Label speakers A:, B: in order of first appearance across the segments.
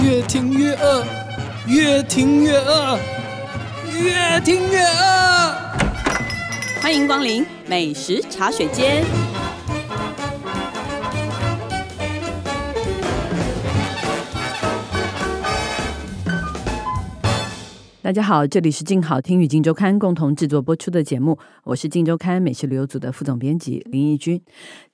A: 越听越饿，越听越饿，越听越饿。
B: 欢迎光临美食茶水间。
C: 大家好，这里是静好听与静周刊共同制作播出的节目，我是静周刊美食旅游组的副总编辑林义君。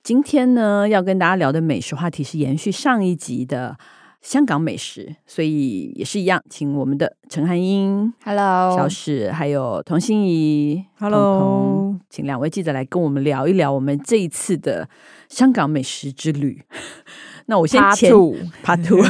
C: 今天呢，要跟大家聊的美食话题是延续上一集的香港美食，所以也是一样，请我们的陈汉英、
D: Hello，
C: 小史还有童心怡
D: Hello
C: 彤彤请两位记者来跟我们聊一聊我们这一次的香港美食之旅。 那我先前 Part Two，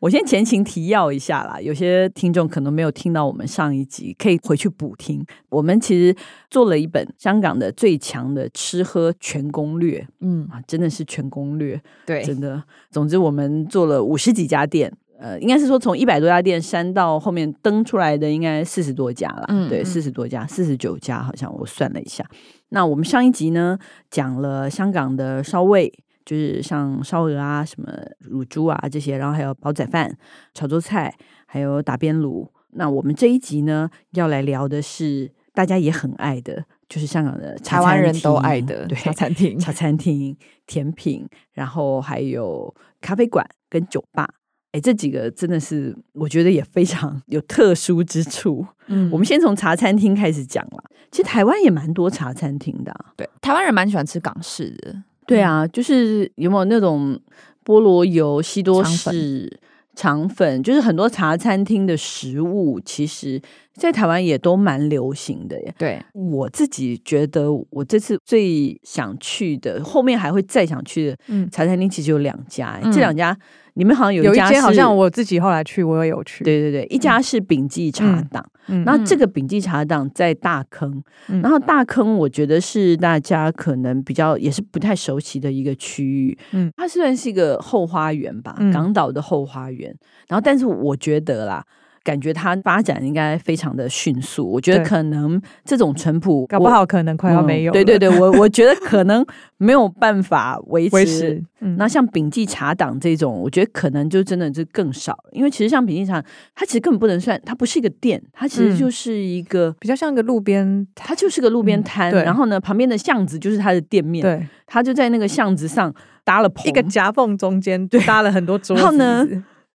C: 我 先前情提要一下啦。有些听众可能没有听到我们上一集，可以回去补听。我们其实做了一本香港的最强的吃喝全攻略
D: 嗯，
C: 啊，真的是全攻略，
D: 对，
C: 真的。总之，我们做了五十几家店。呃，应该是说从一百多家店删到后面登出来的应该四十多家啦，
D: 嗯
C: 对，
D: 嗯
C: 四十多家，四十九家好像我算了一下。那我们上一集呢讲了香港的烧味，就是像烧鹅啊、什么乳猪啊这些，然后还有煲仔饭、潮州菜，还有打边炉。那我们这一集呢要来聊的是大家也很爱的，就是香港的茶
D: 台湾
C: 餐
D: 人都
C: 厅
D: 爱 的
C: 对
D: 茶餐厅，
C: 茶餐厅、甜品，然后还有咖啡馆跟酒吧。哎，这几个真的是我觉得也非常有特殊之处。
D: 嗯
C: 我们先从茶餐厅开始讲啦。其实台湾也蛮多茶餐厅的啊、
D: 对台湾人蛮喜欢吃港式的，
C: 对啊，
D: 嗯
C: 就是有没有那种菠萝油、西多
D: 肠粉
C: 士、肠粉，就是很多茶餐厅的食物，其实在台湾也都蛮流行的耶。
D: 对，
C: 我自己觉得，我这次最想去的，后面还会再想去的
D: 嗯，
C: 茶餐厅，其实有两家、
D: 嗯
C: 这两家你们好像有
E: 有一
C: 家
E: 间好
C: 是
E: 像我自己后来去，我也有去。，
C: 对对对，一家是秉记茶
E: 嗯
C: 档，
E: 嗯
C: 那这个秉记茶档在大坑，
E: 嗯
C: 然后大坑我觉得是大家可能比较也是不太熟悉的一个区域，
E: 嗯
C: 它虽然是一个后花园吧，
E: 嗯
C: 港岛的后花园，然后但是我觉得啦。感觉它发展应该非常的迅速，我觉得
E: 对
C: 可能这种淳朴，
E: 搞不
C: 我
E: 好可能快要
C: 嗯
E: 没有了。
C: 对对对，我我 觉得可能没有办法维
E: 维持。嗯
C: 那像丙记茶党这种，我觉得可能就真的就更少，因为其实像丙记茶，它其实根本不能算，它不是一个店，它其实
E: 嗯
C: 就是一个，
E: 比较像个路边摊。
C: 它就是个路边
E: 嗯
C: 摊，
E: 对
C: 然后呢，旁边的巷子就是它的店面，
E: 对，
C: 它就在那个巷子上搭了棚，
E: 一个夹缝中间搭了很多桌子。
C: 然后呢，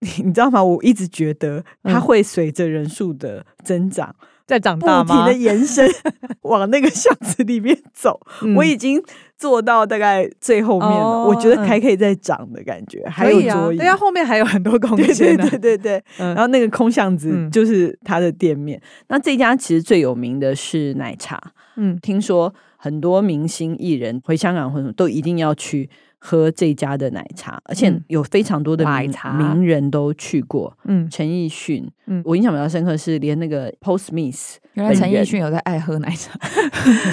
C: 你你知道吗？我一直觉得它
E: 嗯
C: 会随着人数的增长，
E: 在长
C: 不
E: 大
C: 停
E: 吗
C: 的？延伸往那个巷子里面走，
E: 嗯
C: 我已经做到大概最后面了，
E: 哦
C: 我觉得
E: 嗯
C: 还可以再长的感觉，还
E: 可
C: 有
E: 以啊
C: 桌椅，
E: 对啊，后面还有很多空
C: 对对
E: 间啊呢
C: 对。对对。
E: 嗯
C: 然后那个空巷子
E: 嗯
C: 就是它的店面。那这家其实最有名的是奶茶，
E: 嗯，
C: 听说很多明星艺人回香港或者什么都一定要去。喝这家的奶茶，而且
E: 嗯
C: 有非常多的
D: 奶
C: 名
D: 茶
C: 名人都去过，
E: 嗯，
C: 陈奕迅，
E: 嗯
C: 我印象比较深刻是连那个 Postmates，
D: 原来陈
C: 本
D: 奕
C: 人
D: 迅有在爱喝奶茶，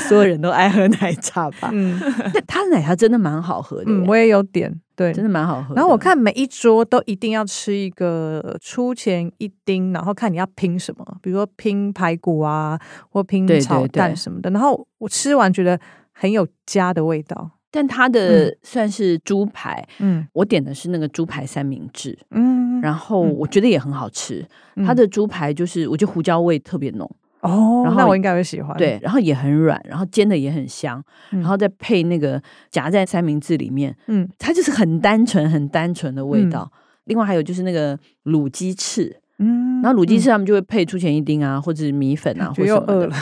C: 所有人都爱喝奶茶吧？
E: 嗯
C: 但他的奶茶真的蛮好喝的耶，
E: 嗯，我也有点对。
C: 真的蛮好喝的。
E: 然后我看每一桌都一定要吃一个出前一丁，然后看你要拼什么，比如说拼排骨啊，或拼
C: 对对
E: 炒
C: 对
E: 蛋什么的。然后我吃完觉得很有家的味道。
C: 但它的算是猪排，
E: 嗯
C: 我点的是那个猪排三明治，
E: 嗯
C: 然后
E: 嗯
C: 我觉得也很好吃。它的猪排就是，我觉得胡椒味特别浓，
E: 哦，
C: 然后
E: 那我应该会喜欢。
C: 对，，然后也很软，然后煎的也很香，
E: 嗯
C: 然后再配那个夹在三明治里面，
E: 嗯，
C: 它就是很单纯、很单纯的味道。另外还有就是那个卤鸡翅，
E: 嗯
C: 然后卤鸡翅他们就会配出前一丁啊，或者米粉 啊，或
E: 就
C: 什
E: 又
C: 么
E: 饿
C: 的
E: 了。。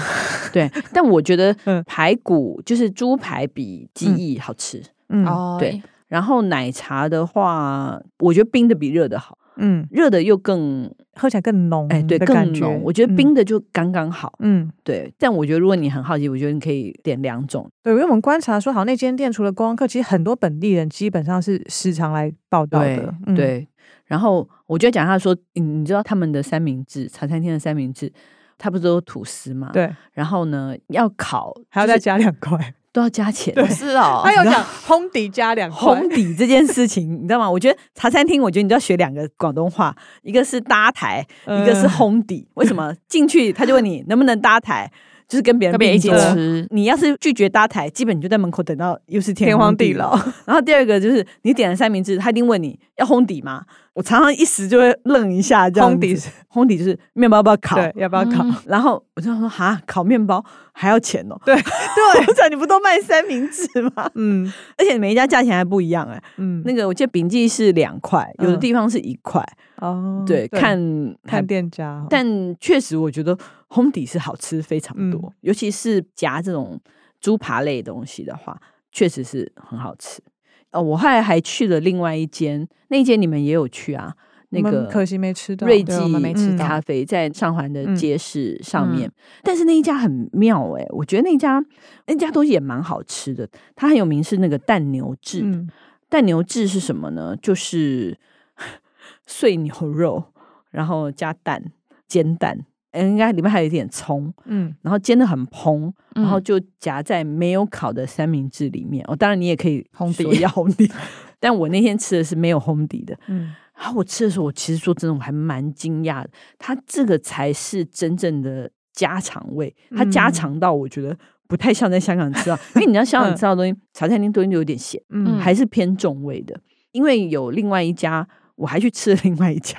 C: 对，但我觉得
E: 嗯
C: 排骨就是猪排比鸡
E: 嗯
C: 翼好吃。
E: 嗯
D: 哦
C: 对，然后奶茶的话，我觉得冰的比热的好，
E: 嗯，
C: 热的又更
E: 喝起来更浓，
C: 哎对更浓，我
E: 嗯
C: 觉得冰，的就刚刚好。
E: 嗯。嗯
C: 对，但我觉得如果你很好奇，我觉得你可以点两种。
E: 对，因为我们观察说，好，那间店除了观光客，其实很多本地人基本上是时常来报道的。嗯，
C: 对，然后我就讲他说，你你知道他们的三明治茶餐厅的三明治，它不是都有吐司嘛？。
E: 对，
C: 然后呢，要烤
E: 还要
C: 就
E: 再
C: 是
E: 加两块，
C: 都要加钱。
D: 是 哦，
E: 还有讲烘底加两块
C: 红，底这件事情，你知道吗？我觉得茶餐厅，我觉得你就要学两个广东话，一个是搭台，一个是
E: 嗯
C: 烘底。为什么进去他就问你能不能搭台，就是跟别人
D: 跟别人一起
C: 并桌
D: 吃，
C: 你要是拒绝搭台，基本你就在门口等到又是
E: 天荒地
C: 老。
E: 老。
C: 然后第二个就是你点了三明治，他一定问你要烘底吗？我常常一时就会愣一下，这样
E: 烘底
C: 子烘底就是面包要不要烤？
E: 对，要不要烤？
D: 嗯
C: 然后我就想说，哈，烤面包还要钱哦？
E: 对
C: 对，我想你不都卖三明治吗？
E: 嗯
C: 而且每一家价钱还不一样哎、
E: 嗯，
C: 那个我记得饼记是两块，有的
E: 嗯
C: 地方是一块，
E: 哦，
C: 对，看还
E: 看店家哦，
C: 但确实，我觉得烘底是好吃非常多，
E: 嗯
C: 尤其是夹这种猪扒类的东西的话，确实是很好吃。呃，我后来还去了另外一间，那一间你们也有去啊？那
E: 我们
C: 个
E: 可惜没吃到，
C: 瑞记嗯
D: 对我们没吃到
C: 咖啡在上环的
E: 嗯
C: 街市上面，但是那一家很妙哎、我觉得那家那家东西也蛮好吃的，它很有名是那个蛋牛治，
E: 嗯，
C: 蛋牛治是什么呢？就是 碎牛肉，然后加蛋，煎蛋，呃应该里面还有一点葱，
E: 嗯
C: 然后煎的很蓬，
D: 嗯
C: 然后就夹在没有烤的三明治里面。哦，当然你也可以
D: 烘底
C: 说要烘底， 但我那天吃的是没有烘底的。
E: 嗯
C: 然后我吃的时候，我其实说真的，我还蛮惊讶的，它这个才是真正的家常味，它家
E: 嗯
C: 常到我觉得不太像在香港吃到，因为你知道香港
E: 嗯
C: 吃到的东西，茶餐厅东西都有点咸。
E: 嗯，
C: 还是偏重味的，因为有另外一家，我还去吃了另外一家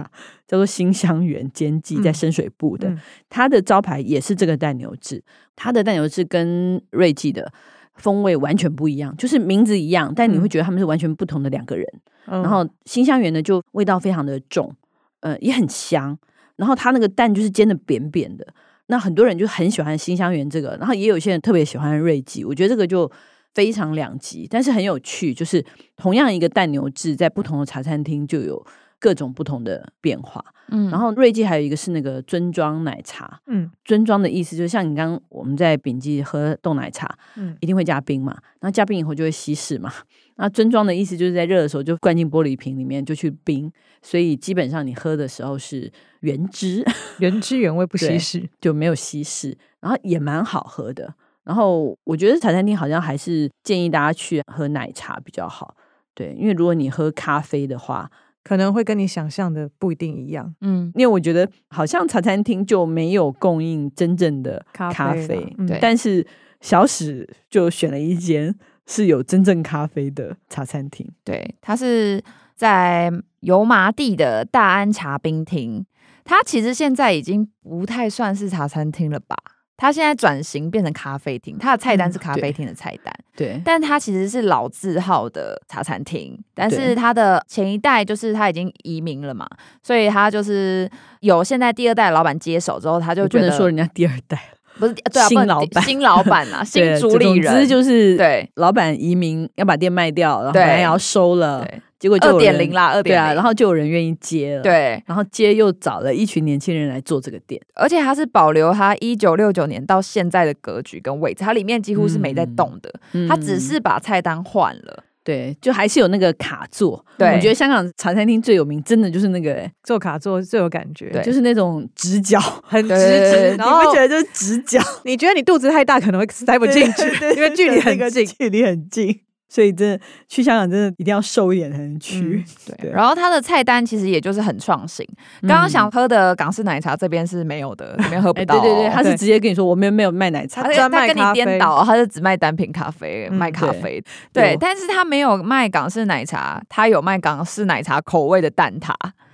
C: 叫做新香园煎鸡，在
E: 嗯
C: 深水埗的，
E: 嗯
C: 它的招牌也是这个蛋牛治，它的蛋牛治跟瑞记的。风味完全不一样，就是名字一样，但你会
E: 嗯
C: 觉得他们是完全不同的两个人。
E: 嗯
C: 然后新香园呢，就味道非常的重，呃，也很香。然后它那个蛋就是煎的扁扁的，那很多人就很喜欢新香园这个，然后也有些人特别喜欢瑞记，我觉得这个就非常两极，但是很有趣，就是同样一个蛋牛治，在不同的茶餐厅就有各种不同的变化。
D: 嗯
C: 然后瑞记还有一个是那个樽装奶茶，
E: 嗯
C: 樽装的意思就是像你刚刚我们在丙记喝冻奶茶，
E: 嗯
C: 一定会加冰嘛，然后加冰以后就会稀释嘛。 那樽装的意思就是在热的时候就灌进玻璃瓶里面就去冰，所以基本上你喝的时候是原汁
E: 原汁原味不
C: 对
E: 稀释，
C: 就没有稀释，然后也蛮好喝的。然后我觉得茶餐厅好像还是建议大家去喝奶茶比较好，对，因为如果你喝咖啡的话，
E: 可能会跟你想象的不一定一样。
D: 嗯，
C: 因为我觉得好像茶餐厅就没有供应真正的
E: 咖
C: 咖
E: 啡啦
C: 啡，
E: 嗯
D: 对
C: 但是小史就选了一间是有真正咖啡的茶餐厅。
D: 对，它是在油麻地的大安茶冰厅，它其实现在已经不太算是茶餐厅了吧？它现在转型变成咖啡厅，它的菜
C: 嗯
D: 单是咖啡厅的菜单，
C: 对，
D: 但它其实是老字号的茶餐厅，但
C: 对
D: 是它的前一代就是它已经移民了嘛，所以它就是有现在第二代老板接手之后，他就
C: 不
D: 觉得
C: 能说人家第二代了，
D: 不是对啊，不
C: 新
D: 能
C: 老板
D: 新老板 啊， 新
C: 对
D: 主理
C: 总之
D: 人
C: 就是
D: 对
C: 老板移民要把店卖掉，然后
D: 对
C: 本来也要收了，
D: 对
C: 结果就
D: 二
C: 有
D: 点
C: 人
D: 零啦，二
C: 对
D: 点
C: 啊，
D: 零
C: 然后就有人愿意接了，，
D: 对，
C: 然后接又找了一群年轻人来做这个店，
D: 而且它是保留它一九六九年到现在的格局跟位置，它里面几乎是没在动的，它
C: 嗯
D: 只是把菜单换了。
C: 对，就还是有那个卡座。
D: 对，
C: 我觉得香港茶餐厅最有名，真的就是那个、欸
E: 做卡座最有感觉，
D: 对
C: 就是那种直角，
E: 很直
D: 对对对
E: 直
D: 对，
E: 你
C: 你
E: 不
C: 不
E: 觉
C: 觉得
E: 得？
C: 就是直角？
E: 你觉得你肚子太大，可能会塞不进去，因为距离很
C: 那个
E: 近。
C: 距离很近，所以真的去香港真的一定要瘦一点才能去。对
D: 对，然后它的菜单其实也就是很创新。
C: 嗯
D: 刚刚想喝的港式奶茶这边是没有的，这边喝
C: 哎、
D: 不到
C: 对
D: 哦、
C: 对对，他是
E: 对
C: 直接跟你说我们没有卖奶茶
D: 而，且
E: 专
D: 他
E: 卖
D: 跟你
E: 咖啡
D: 颠倒，他是只卖单品咖啡，
E: 嗯
D: 卖咖
C: 对
D: 啡。
C: 有
D: 对，但是他没有卖港式奶茶，他有卖港式奶茶口味的蛋挞，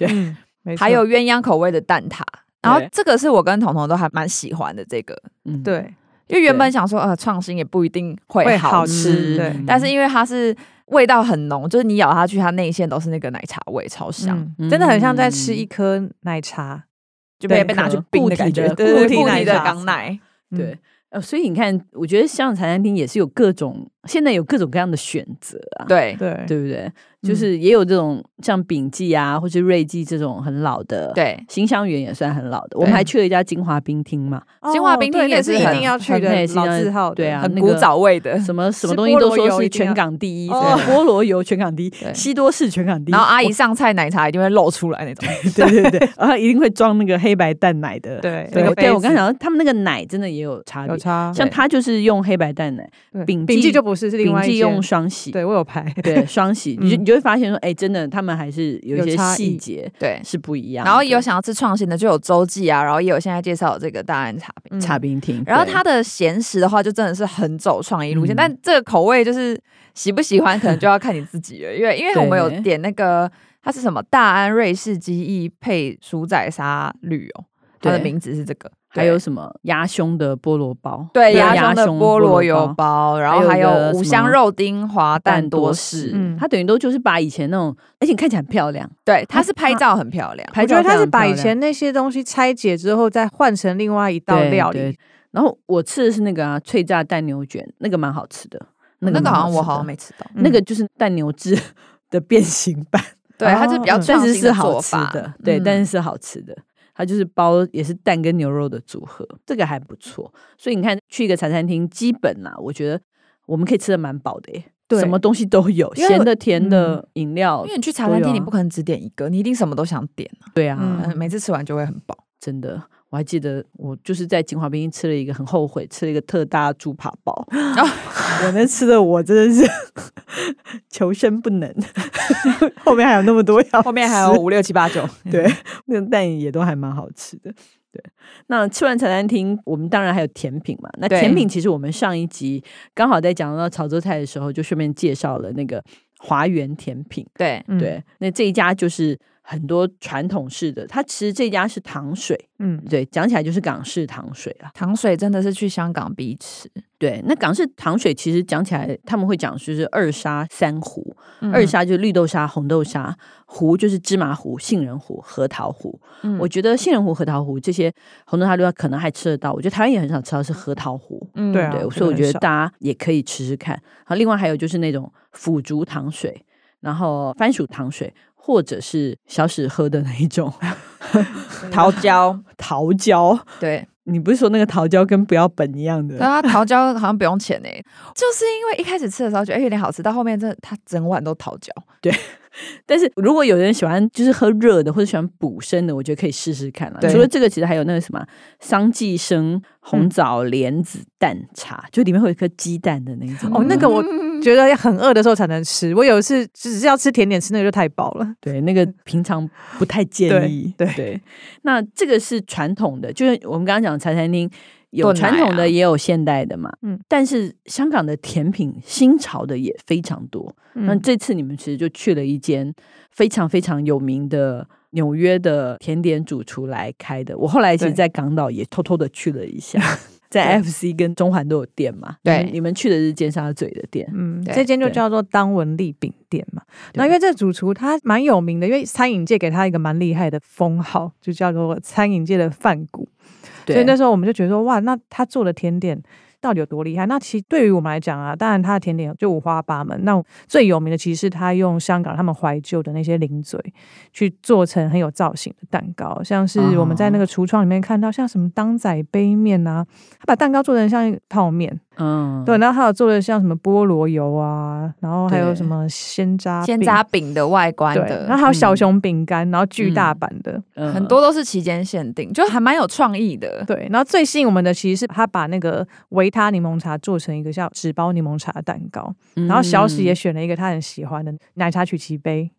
E: 嗯，没错
D: 还有鸳鸯口味的蛋挞。然后
C: 对
D: 这个是我跟彤彤都还蛮喜欢的这个，
C: 嗯，
E: 对，
D: 因为原本想说呃创新也不一定会
E: 会
D: 好
E: 好
D: 吃，
E: 吃对
C: 嗯
D: 但是因为它是味道很浓，就是你咬下去，它内馅都是那个奶茶味，超香，
E: 嗯真的很像在吃一颗奶茶。
D: 就被
C: 对
D: 被拿去
C: 可
D: 冰
C: 固
D: 的
C: 体
D: 感觉，
C: 的
D: 对
E: 固体
D: 固
E: 奶
D: 体的
E: 茶
D: 港奶，
E: 嗯
C: 对，。呃，所以你看，我觉得香港茶餐厅也是有各种，现在有各种各样的选择啊，
D: 对
E: 对
C: 对不嗯对？就是也有这种像炳记啊，或是瑞记这种很老的，，
D: 对
C: 新香园也算很老的。我们还去了一家金华冰厅嘛，
E: 哦
D: 金华冰
E: 对
D: 厅也
E: 那是
D: 是
E: 一
D: 很
E: 定要去
C: 很
E: 的
C: 类似
E: 老
C: 的
E: 字号的，
C: 对啊
D: 很
C: 那
D: 古
C: 个
D: 早味的。
C: 什么什么
E: 吃
C: 东西
E: 菠
C: 都
E: 萝
C: 说
E: 油
C: 是
E: 一定
C: 全
E: 要
C: 港第一，什
E: 哦
C: 么菠萝油全港第一，
D: 对
C: 西多士全港第一。
D: 然后阿姨
C: 我，
D: 上菜奶茶一定会露出来那种，
C: 对对对，然后一定会装那个黑白蛋奶的。
E: 对
C: 对
E: 那个
C: 对，我刚
E: 杯
C: 才
E: 子
C: 想到他们那个奶真的也有差别
E: 有，差。
C: 像
D: 对
C: 他就是用黑白蛋奶，
E: 对
C: 饼
E: 饼
C: 记
E: 记就不是，是另
C: 饼
E: 外一
C: 记
E: 间
C: 用双喜，
E: 对我有拍，
C: 对，双喜，你就
E: 嗯
C: 你就会发现说，哎、真的，他们还是有一
E: 有
C: 些
E: 差
C: 细
E: 异
C: 节
D: 对。
C: 是不一样的。
D: 然后也有想要吃创新的，就有周记啊，然后也有现在介绍的这个大安茶饼。
C: 茶冰厅，
D: 然后
C: 对
D: 它的咸食的话，就真的是很走创意路线，
C: 嗯
D: 但这个口味就是喜不喜欢，可能就要看你自己了。因为因为我们有
C: 对
D: 点那个它是什么？大安瑞士鸡翼配薯仔沙律哦，它的
C: 对
D: 名字是这个。
C: 还有
D: 对
C: 什么鸭胸的菠萝包？
D: 对
C: 鸭
D: 鸭胸的菠萝油
C: 包。
D: 包，然后
C: 还
D: 还
C: 有个
D: 有五
C: 什
D: 香
C: 么
D: 肉丁滑蛋
C: 蛋
D: 多
C: 多士，，
D: 士
E: 嗯
C: 它等于都就是把以前那种，而且看起来很漂亮，
D: 对，它
C: 它
D: 是拍
C: 它
D: 照很漂亮。
C: 哎拍
E: 我觉
C: 照
E: 得它
C: 非
E: 是
C: 常
E: 把
C: 漂
E: 以
C: 亮
E: 前那些东西拆解之后，再换成另外一道
C: 对
E: 料。理
C: 对。然后我吃的是那个啊，脆炸蛋牛卷，那个蛮好吃的。那个
D: 那个
C: 蛮
D: 好像我
C: 吃的
D: 好像没吃到，
C: 那个就是蛋牛汁 的变形版，
D: 对，它是比较
E: 哦
D: 创
C: 但是
D: 新
C: 嗯是
D: 的
C: 好
D: 做
C: 吃
D: 法
C: 的，对，但
D: 嗯
C: 是是好吃的。它就是包也是蛋跟牛肉的组合，这个还不错。所以你看，去一个茶餐厅，基本啦，我觉得我们可以吃的蛮饱的耶，
E: 对
C: 什么东西都有，
D: 因为嗯
C: 咸的、甜的、饮料
D: 因为，你去茶
C: 都
D: 餐厅，
C: 有
D: 你
C: 啊
D: 不可能只点一个，你一定什么都想点啊。
C: 对啊，
E: 嗯
D: 嗯，每次吃完就会很饱。
C: 真的。我还记得我就是在金华冰吃了一个很后悔，吃了一个特大的猪扒包，
D: 哦
C: 我那吃的我真的是 求生不能， 后面还有那么多要吃，
D: 后面还有五六七八九，
C: 对，那个蛋也都还蛮好吃的。对，那吃完茶餐厅，我们当然还有甜品嘛。那
D: 对
C: 甜品其实我们上一集刚好在讲到潮州菜的时候，就顺便介绍了那个华园甜品。
D: 对，
E: 嗯，
C: 对，那这一家就是很多传统式的，它其实这家是糖水，
E: 嗯，
C: 对，讲起来就是港式糖水啦。
D: 糖水真的是去香港必吃。
C: 对，那港式糖水其实讲起来，他们会讲就是二沙三糊，
D: 嗯
C: 二沙就是绿豆沙、红豆沙，糊就是芝麻糊、杏仁糊、核桃糊。
D: 嗯
C: 我觉得杏仁糊、核桃糊这些红豆沙绿豆可能还吃得到，我觉得台湾也很少吃到是核桃糊。
D: 嗯
E: 对啊
C: 对，
E: 可
C: 所以我
E: 能
C: 觉
E: 很
C: 得
E: 少
C: 大家也可以吃吃看。然后另外还有就是那种腐竹糖水，然后番薯糖水，或者是小史喝的那一种
D: 桃胶，
C: 桃胶。
D: 对，
C: 你不是说那个桃胶跟不要本一 样的？
D: 对啊，桃胶好像不用钱诶、就是因为一开始吃的时候觉得哎有点好吃，到后面真的它整碗都桃胶。
C: 但是如果有人喜欢就是喝热的或者喜欢补身的，我觉得可以试试看啦。
D: 对
C: 除了这个，其实还有那个什么桑寄生
E: 嗯
C: 红枣莲子蛋茶，就里面会有一颗鸡蛋的那一种。
E: 哦，那 个我觉得很饿的时候才能吃。我有一次只是要吃甜点，吃那个就太饱了。
C: 对那个平常不太建议。
E: 嗯对对
C: 那这个是传统的，就是我们刚刚讲的茶餐厅。有
D: 炖奶啊
C: 传统的，也有现代的嘛。
E: 嗯
C: 嗯，但是香港的甜品新潮的也非常多。那
E: 嗯，
C: 这次你们其实就去了一间非常非常有名的纽约的甜点主厨来开的。我后来其实，
E: 对
C: 在港岛也偷偷的去了一 下，在 FC 跟中环都有店嘛。
D: 对
C: 你们你们去的是尖沙咀的店，
E: 嗯，
D: 对
E: 这间就
C: 对
E: 叫做当文丽饼店嘛。那
C: 对
E: 因为这个主厨他蛮有名的，因为餐饮界给他一个蛮厉害的封号，就叫做餐饮界的范谷。所以那时候我们就觉得说，哇，那他做的甜点到底有多厉害？那其实对于我们来讲啊，当然他的甜点就五花八门。那最有名的其实是他用香港他们怀旧的那些零嘴去做成很有造型的蛋糕，像是我们在
C: 哦
E: 那个橱窗里面看到像什么当仔杯面啊，他把蛋糕做成像一个泡面，
C: 嗯，
E: 对，然后还有做的像什么菠萝油啊，然后还有
C: 对
E: 什么鲜渣
D: 鲜
E: 饼
D: 渣饼的外观
E: 对，
D: 的
E: 然后，还有小
C: 嗯
E: 熊饼干，然后巨大
C: 嗯
E: 版的，
C: 嗯
D: 很多都是期间限定，就还蛮有创意的。
E: 对，然后最吸引我们的其实是他把那个维他柠檬茶做成一个像纸包柠檬茶的蛋糕，
C: 嗯
E: 然后小史也选了一个他很喜欢的奶茶曲奇杯。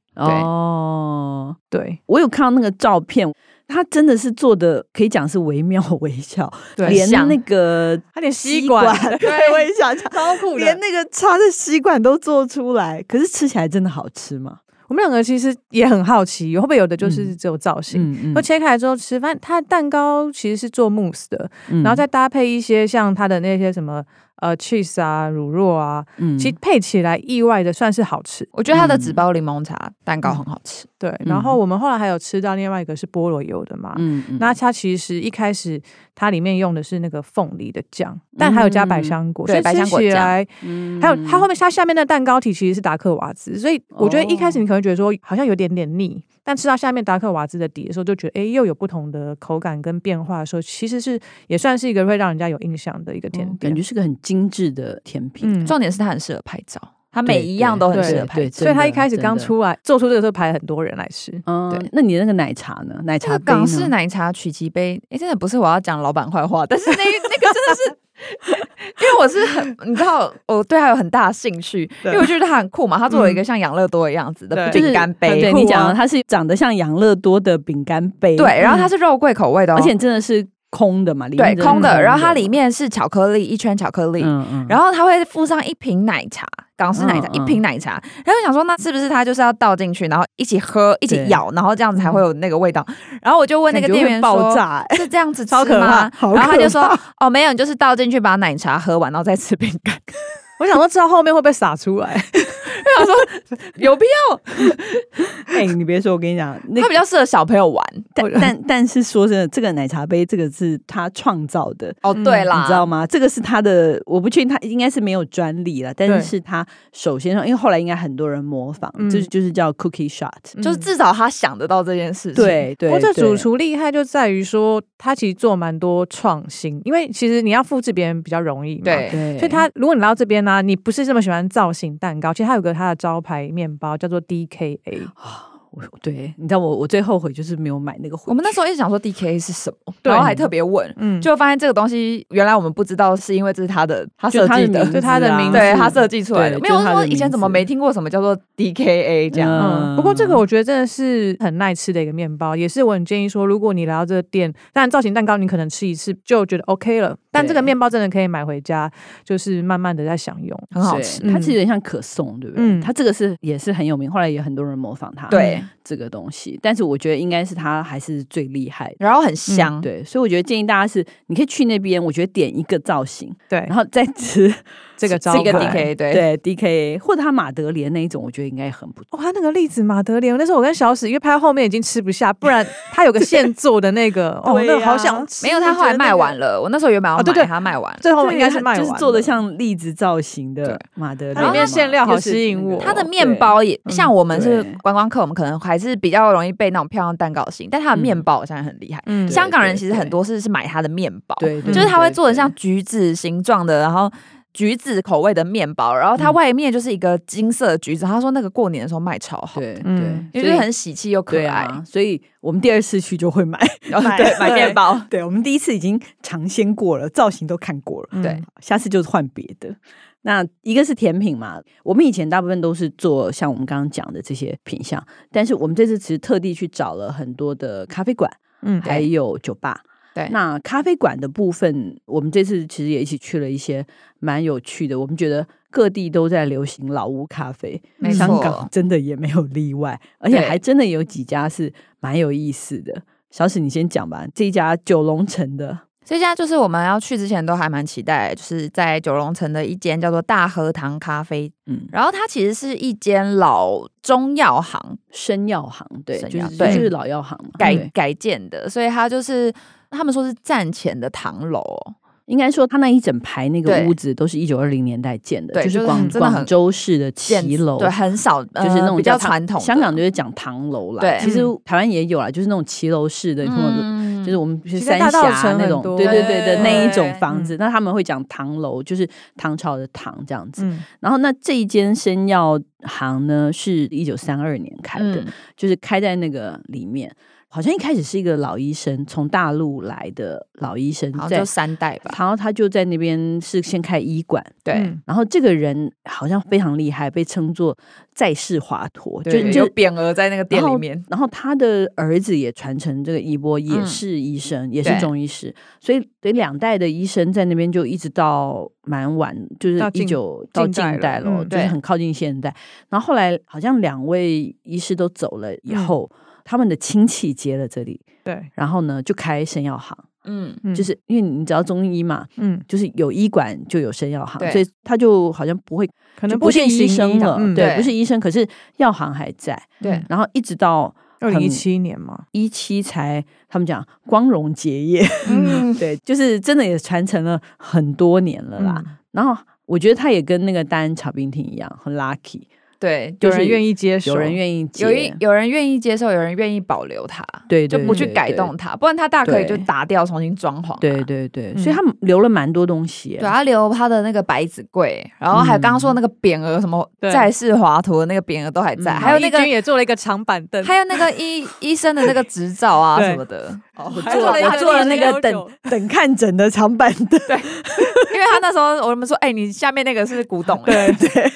C: 哦，
E: 对，
C: 我有看到那个照片。他真的是做的，可以讲是惟妙惟肖，
E: 对
C: 连
D: 像
C: 那个
E: 他连吸
C: 吸
E: 管
C: 管，
D: 对
C: 我也想讲，
D: 超酷
C: 连那个插的吸管都做出来，可是吃起来真的好吃吗？
E: 我们两个其实也很好奇，会不会有的就是只有造型？
C: 嗯
E: 然后切开来之后吃，发现它的蛋糕其实是做慕斯的，
C: 嗯
E: 然后再搭配一些像它的那些什么呃 cheese 啊、乳酪啊，
C: 嗯
E: 其实配起来意外的算是好吃。
D: 我觉得它的
C: 嗯
D: 纸包柠檬茶蛋糕很好吃，
E: 对，然后我们后来还有吃到另外一个是菠萝油的
D: 啊
E: 嘛，
C: 嗯嗯
E: 那它其实一开始它里面用的是那个凤梨的酱，但还有加百香果，所以
D: 对百
E: 吃
D: 香果
E: 起
D: 酱
E: 来
C: 嗯
E: 还有它后面它下面的蛋糕体其实是达克瓦兹，所以我觉得一开
C: 哦
E: 始你可能觉得说好像有点点腻，但吃到下面达克瓦兹的底的时候，就觉得哎、诶又有不同的口感跟变化的时候，其实是也算是一个会让人家有印象的一个甜
C: 哦
E: 点
C: 感觉。是个很精致的甜品，
E: 嗯，
D: 重点是它很适合拍照，它
C: 对
D: 每一样都很
E: 对
D: 适合
C: 对
D: 拍
C: 对
D: 照。
E: 所以它一
C: 真的
E: 开始刚
C: 真的
E: 出来做出这个时候排很多人来吃。
C: 嗯
D: 对
C: 那你的那个奶茶呢？奶
D: 这
C: 茶
D: 个
C: 杯呢
D: 港式奶茶曲奇杯，哎、真的不是我要讲老板坏话，但是那那个真的是，因为我是很，你知道，我对它有很大的兴趣，因为我觉得它很酷嘛，它做了一个像养乐多的样子的
C: 就
E: 对
C: 是
D: 饼干杯，
C: 对
D: 酷啊
C: 你讲的，它是长得像养乐多的饼干杯，嗯
D: 对，然后它是肉桂口味的、哦，
C: 而且真的是空的嘛，里
D: 对
C: 面，真
D: 空的，
C: 的，
D: 然后它里面是巧克力，一圈巧克力，
C: 嗯嗯，
D: 然后它会附上一瓶奶茶，港式奶茶，
C: 嗯嗯
D: 一瓶奶茶。然后想说，那是不是它就是要倒进去，然后一起喝，一起
C: 对
D: 咬，然后这样子才会有那个味道？然后我就问那个
C: 感觉
D: 店
C: 会
D: 员
C: 爆
D: 说。
C: 炸、 欸，
D: 是这样子吃
E: 超可
D: 吗
E: 怕？好
D: 然后他
E: 可
D: 就说：“哦，没有，你就是倒进去把奶茶喝完，然后再吃饼干。
E: 我想说吃到后面会不会洒出 来？
D: 有 必要？
C: 哎、你别说，我跟你讲，那
D: 它比较适合小朋友玩。
C: 但但但是说真的，这个奶茶杯这个是他创造的，
D: 哦，
E: 嗯
D: 对啦，
C: 你知道吗？这个是他的，我不确定他应该是没有专利了，但是
E: 对
C: 是他首先上，因为后来应该很多人模仿，
E: 嗯
C: 就是就是叫 cookie shot，、
D: 就是至少他想得到这件事情。，
C: 对嗯对，
E: 我这
C: 对
E: 主厨厉害就在于说，他其实做蛮多创新，因为其实你要复制别人比较容易嘛。
D: 对
C: 对，
E: 所以他如果你来到这边呢、你不是这么喜欢造型蛋糕，其实他有个他的招牌面包叫做 DKA，
C: 我对，你知道我我最后悔就是没有买那个回去，
D: 我们那时候一直想说 D K 是什么，
E: 对
D: 然后还特别问，
E: 嗯，
D: 就发现这个东西原来我们不知道，是因为这是他的他
C: 就
D: 设
C: 他
D: 计
C: 的
D: 的
C: 名，字
E: 就他的
C: 啊
E: 名字
D: 对他设计出来的。
C: 对
D: 没有
C: 就是他的
D: 说以前怎么
C: 名字
D: 没听过什么叫做 D K A 这样。
E: 嗯，不过这个我觉得真的是很耐吃的一个面包，也是我很建议说，如果你来到这个店，当然造型蛋糕你可能吃一次就觉得 OK 了，但这个
C: 对
E: 面包真的可以买回家，就是慢慢的在享用。
D: 很好
C: 对
D: 吃，
E: 嗯
C: 它其实有点像可颂，对不对？
E: 嗯
C: 它这个是也是很有名，后来也很多人模仿它，
D: 对，
C: 这个东西，但是我觉得应该是它还是最厉害的。
D: 然后很香，
C: 嗯对，所以我觉得建议大家是，你可以去那边，我觉得点一个造型，
E: 对
C: 然，后再吃
E: 这个招牌。
D: 这个 D K 对。
C: 对 DK 或者他马德莲那一种，我觉得应该很不错。
E: 哇，哦他那个栗子马德莲，那时候我跟小史因为拍到后面已经吃不下，不然他有个现做的那个，哦，
C: 对
E: 那个好
C: 啊
E: 想吃。
D: 没有，他后来卖完了。我那时候原本要
E: 哦对
D: 买，
E: 对
D: 他卖完了。
E: 最后应该是
C: 对
E: 卖完
C: 就
E: 了，
C: 是做的像栗子造型的
D: 对
C: 马德
E: 它
C: 莲，
E: 里面馅料好吸引我
D: 他的面包也
E: 嗯
D: 像我们是
C: 对
D: 观光客，我们可能还是比较容易被那种漂亮蛋糕吸引，但他的面包好像很厉害。
E: 嗯
C: 对
D: 香港人其实很多是是买他的面包，
C: 对，对
D: 就是他会
C: 对
D: 做的
C: 对
D: 像橘子形状的，然后橘子口味的面包，然后它
C: 嗯
D: 外面就是一个金色的橘子。他说那个过年的时候卖超好，
C: 对
E: 嗯
C: 对，
D: 因为就
C: 所以
D: 是很喜气又可
C: 对
D: 爱，
C: 啊，所以我们第二次去就会 买。
D: 然后
C: 买
D: 对买面包。
C: 对，我们第一次已经尝鲜过了，造型都看过了，
E: 嗯
D: 对
C: 下次就是换别的。那一个是甜品嘛，我们以前大部分都是做像我们刚刚讲的这些品相，但是我们这次其实特地去找了很多的咖啡馆，
E: 嗯
C: 还有酒吧。
D: 对
C: 那咖啡馆的部分，我们这次其实也一起去了一些蛮有趣的。我们觉得各地都在流行老屋咖啡，
D: 没
C: 香
D: 错
C: 港真的也没有例外，而且
D: 对
C: 还真的有几家是蛮有意思的。小史，你先讲吧。这一家九龙城的，
D: 所以现在就是我们要去之前都还蛮期待，就是在九龙城的一间叫做大和堂咖啡，
C: 嗯，
D: 然后它其实是一间老中药行
C: 生药行，对，
D: 生
C: 就
D: 药
C: 是就
D: 对
C: 是老药行嘛，
D: 改
C: 对
D: 改建的，所以它就是他们说是战前的唐楼哦、
C: 应该说，他那一整排那个
D: 对
C: 屋子都是一九二零年代建的，
D: 对
C: 就是
D: 就是
C: 广
D: 真的很
C: 广州市的
D: 建
C: 骑楼，
D: 对，很少，呃
C: 就是那种
D: 比较
C: 叫唐
D: 传统的，
C: 香港就是讲唐楼啦，
D: 对
C: 其实台湾也有啦，就是那种骑楼式的，什么
D: 嗯
C: 就是我们去
E: 其实
C: 三
E: 大道
C: 峡
E: 城
C: 那
E: 很
C: 种，
E: 多
C: 对对对的
D: 对
C: 那一
D: 对嗯
C: 种房子，那他们会讲唐楼，就是唐朝的唐这样子。
E: 嗯
C: 然后那这一间生药行呢，是一九三二年开的，
D: 嗯
C: 就是开在那个里面。好像一开始是一个老医生，从大陆来的老医生
D: 好像
C: 在
D: 就，三代吧，
C: 然后他就在那边是先开医馆，
D: 对，
E: 嗯
C: 然后这个人好像非常厉害，被称作在世华佗，就
D: 对
C: 就
D: 有匾额在那个店
C: 然
D: 里
C: 后
D: 面，
C: 然后他的儿子也传承这个衣钵，也
D: 嗯
C: 是医生，也是
D: 对
C: 中医师，所以所以两代的医生在那边就一直到蛮晚，就是
E: 到
C: 一
E: 近
C: 九到近
E: 近代了
C: 代咯，
E: 嗯
C: 就是
D: 对
C: 很靠近现代。然后后来好像两位医师都走了以
E: 嗯
C: 后，他们的亲戚接了这里，
E: 对，
C: 然后呢就开生药行，
D: 嗯，
E: 嗯
C: 就是因为你只要中医嘛，
E: 嗯，
C: 就是有医馆就有生药行，
D: 对
C: 所以他就好像不会
E: 可能
C: 就不是
E: 是
C: 医生
E: 的
C: 了，
E: 嗯
C: 对，
D: 对
C: 不是医生，可是药行还在，
D: 对
C: 然后一直到。
E: 二零一七年嘛，
C: 一期才他们讲光荣结业，
D: 嗯，
C: 对，就是真的也传承了很多年
E: 嗯
C: 了嗯
D: 嗯
C: 啦。然后我觉得他也跟那个单安炒冰厅一样，很 lucky，
D: 对，
E: 有
C: 就
E: 人
C: 是
E: 愿意接受，嗯
C: 有人愿意接，
D: 有一有人愿意接受，有人愿意保留它，
C: 对
D: 就
C: 对
D: 不去
C: 对
D: 改
C: 对
D: 动它，不然它大可以就
C: 对
D: 打掉，重新装潢啊，
C: 对对对，所以
E: 嗯
C: 他们留了蛮多东西耶。
D: 对，啊他留他的那个白纸柜，然后还有刚刚说的那个匾额，什么
E: 对
D: 在世华佗的那个匾额都还在，
C: 嗯
D: 还有那个
E: 然后义军也做了一个长板凳，
D: 还 有那个医医生的那个执照啊
E: 对
D: 什么的，哦，我
E: 还做了一个
C: 我做了那
E: 历史悠
C: 个
E: 久
C: 等等看诊的长板凳，
D: 因为他那时候我们说，哎，你下面那个是古董，哎
C: 对对，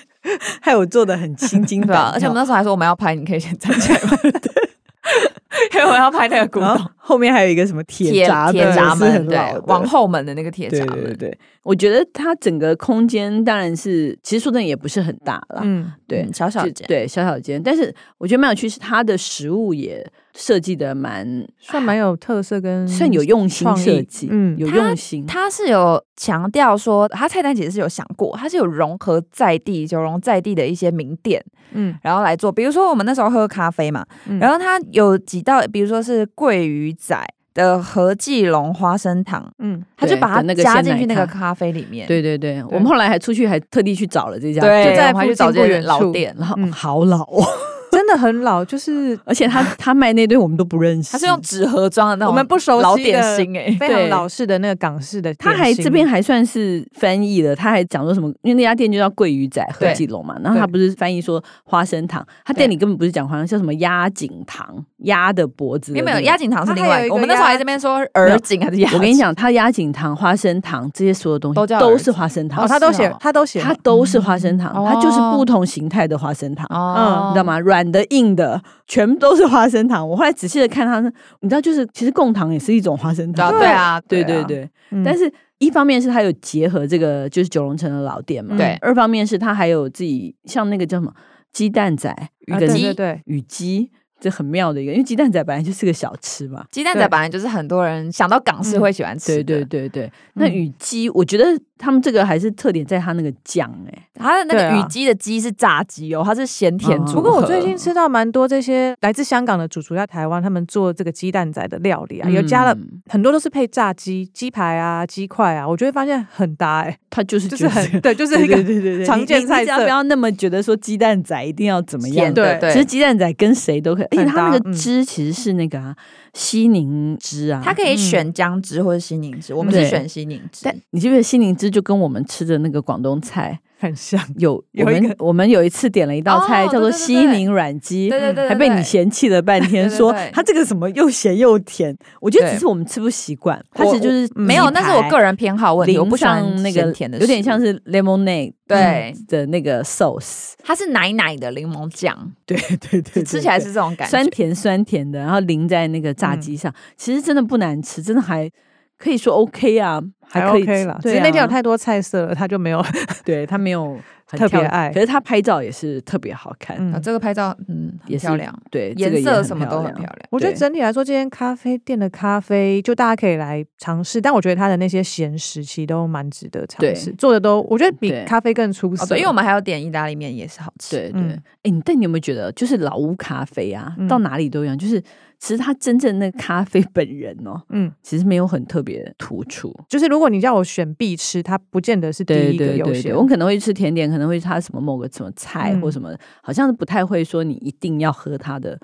C: 还有做的 很心惊
D: 对
C: 胆
D: 啊
C: 跳，，
D: 而且我们那时候还说我们要拍，你可以先站起来吗？因为我们要拍那个古
C: 然
D: 董
C: 后，后面还有一个什么 铁闸
D: 铁
C: 门
D: 闸
C: 是很
D: 门，
C: 老
D: 对
C: 的，
D: 往后门的那个铁
C: 对
D: 闸
C: 对对
D: 门，
C: 对，我觉得它整个空间当然是，其实说真的也不是很大啦，
E: 嗯，
C: 对
D: 嗯，小小
C: 就
D: 间，
C: 对小小间，但是我觉得蛮有趣，是它的食物也设计的蛮
E: 算蛮有特色跟
C: 算有用心
E: 嗯创意
C: 设计，
E: 嗯
C: 有用心，
D: 他是有强调说，他菜单其实是有想过，他是有融合在地九龙在地的一些名店，
E: 嗯，
D: 然后来做。比如说我们那时候喝咖啡嘛，
E: 嗯
D: 然后它有几道，比如说是桂鱼仔的和记龙花生糖，
E: 嗯，
D: 他就
C: 对
D: 把它
C: 跟那个
D: 加
C: 鲜
D: 进去
C: 奶
D: 那个
C: 咖
D: 咖啡里面。
C: 对对对，我们后来还出去还特地去找了这家，
D: 对，
E: 就在
D: 我们还去
E: 附
D: 找
E: 近
D: 这
E: 不
D: 些
E: 远
D: 老
E: 处
D: 店，
C: 然后、嗯、好老哦，
E: 真的很 老，就是
C: 而且他他卖那堆我们都不认识，
D: 它是用纸盒装的那种，
E: 我们不熟悉
D: 老点
E: 的
D: 心哎、
E: 非
C: 对
E: 常老式的那个港式的点
C: 他
E: 心。
C: 还这边还算是翻译了，他还讲说什么？因为那家店就叫桂鱼仔
D: 对
C: 何记龙嘛，然后他不是翻译说花生糖，他店里根本不是讲花生，叫什么鸭颈糖，鸭的脖子的
D: 因为没有
C: 那个
D: 鸭。颈糖是
E: 它
D: 另
E: 还
D: 外
E: 有
D: 一
E: 一个
D: 个，我们那时候
E: 鸭
D: 还在这边说耳颈还是鸭，
C: 我跟你，讲，他鸭颈糖、花生糖这些所有东
D: 都
C: 西
D: 叫
C: 都是花生糖，
E: 哦，他都写
D: 是哦，
E: 他都写
C: 它都是花生糖，
D: 嗯
C: 它就是
D: 哦
C: 不同形态的花生糖。嗯
D: 哦，
C: 你知道？吗？软的、硬的，全部都是花生糖。我后来仔细的看它，你知道，就是其实贡糖也是一种花生
D: 对啊，
C: 糖。
D: 对啊，
C: 对对
D: 啊，
C: 对。
E: 嗯
C: 但是一方面是它有结合这个就是九龙城的老店嘛，
E: 嗯
D: 对
C: 二方面是它还有自己像那个叫什么鸡蛋仔、鱼
E: 啊
C: 跟
E: 对
C: 鸡、
E: 对对，
C: 与鸡，这很妙的一个，因为鸡蛋仔本来就是个小吃嘛。
D: 鸡蛋仔
E: 对
D: 本来就是很多人想到港式
E: 嗯
D: 会喜欢吃
C: 对
D: 的，
C: 对对对，那
E: 嗯
C: 与鸡，我觉得他们这个还是特点在它那个酱哎、
D: 它的那
E: 对
D: 个
E: 啊
D: 雨鸡的鸡是炸鸡哦，它是咸甜
C: 嗯
D: 组
E: 不
D: 合。
E: 过我最近吃到蛮多这些来自香港的主厨在台湾，他们做这个鸡蛋仔的料理啊，有加了
C: 嗯
E: 很多都是配炸鸡、鸡排啊、鸡块啊，我就会发现很搭哎、
C: 它就是
E: 就是 很对，就是
C: 对
E: 一
C: 对
E: 个
C: 对对，
E: 常
C: 你
E: 见
C: 你
E: 菜
C: 你只要
E: 色
C: 不要那么觉得说鸡蛋仔一定要怎么样
D: 甜，的，
E: 对
C: 其实
D: 对，
C: 鸡蛋仔跟谁都可以，而且
E: 很
C: 它
E: 搭
C: 那个
E: 嗯
C: 汁其实是那个啊西宁汁啊，
D: 它可以选姜汁或者西宁汁，我们是
C: 对
D: 选西宁汁
C: 但。你记不记得西宁汁就跟我们吃的那个广东菜
E: 很像。
C: 有
E: 有
C: 我
E: 一
C: 们我们有一次点了一道菜、
D: 哦
C: 叫
D: 对
C: 做
D: 对对
C: 西宁软鸡。
D: 对对对，
C: 还被
D: 对
C: 你。嫌弃了半天，
D: 对对
C: 说
D: 对
C: 它这个什么又咸又甜，我觉得
D: 对
C: 只是我们吃不习惯，它
D: 我
C: 其实就是
E: 我
D: 没有，那是我个
C: 人
D: 人偏好问题，我不喜欢
C: 那个
D: 咸甜的，
C: 有点像
D: 是
C: 是 lemonade
D: 对
C: 的那个 sauce，
D: 它是奶奶的柠檬酱，
C: 对对对对，
D: 吃起来
C: 对
D: 是这种感觉。啊嗯
C: 酸甜酸甜的，然后淋在那个炸鸡上，其实真的不难吃，真的还可以说 OK 啊，
E: 还
C: 可以
E: OK 啦，只
C: 对、啊，
E: 是那天有太多菜色了，他就没有。
C: 对他没有很
E: 特别
C: 跳
E: 爱
C: 可是他拍照也是特别好看，
E: 嗯
D: 啊，这个拍照嗯很
C: 也是
D: 漂亮，
C: 对，这个
D: 颜
C: 也
D: 色
C: 很
D: 什么都很
C: 亮。
D: 漂亮。
E: 我觉得
C: 对
E: 整体来说，这间咖啡店的咖啡就大家可以来尝试，但我觉得它的那些咸食其实都蛮值得尝试，
C: 对
E: 做的都我觉得比
C: 对
E: 咖啡更出
D: 哦，
E: 色。
D: 对，因为我们还有点意大利面也是好吃。
C: 对对，哎、
E: 嗯
C: 你但你有没有觉得，就是老屋咖啡啊，
E: 嗯
C: 到哪里都一样，就是其实他真正那个咖啡本人哦，
E: 嗯，
C: 其实没有很特别突出。
E: 就是如果你叫我选必吃，它不见得是第
C: 对
E: 一个
C: 对
E: 优
C: 对
E: 先
C: 对，。我可能会吃甜点，可能会吃它什么某个什么菜
E: 嗯
C: 或什么，好像是不太会说你一定要喝它的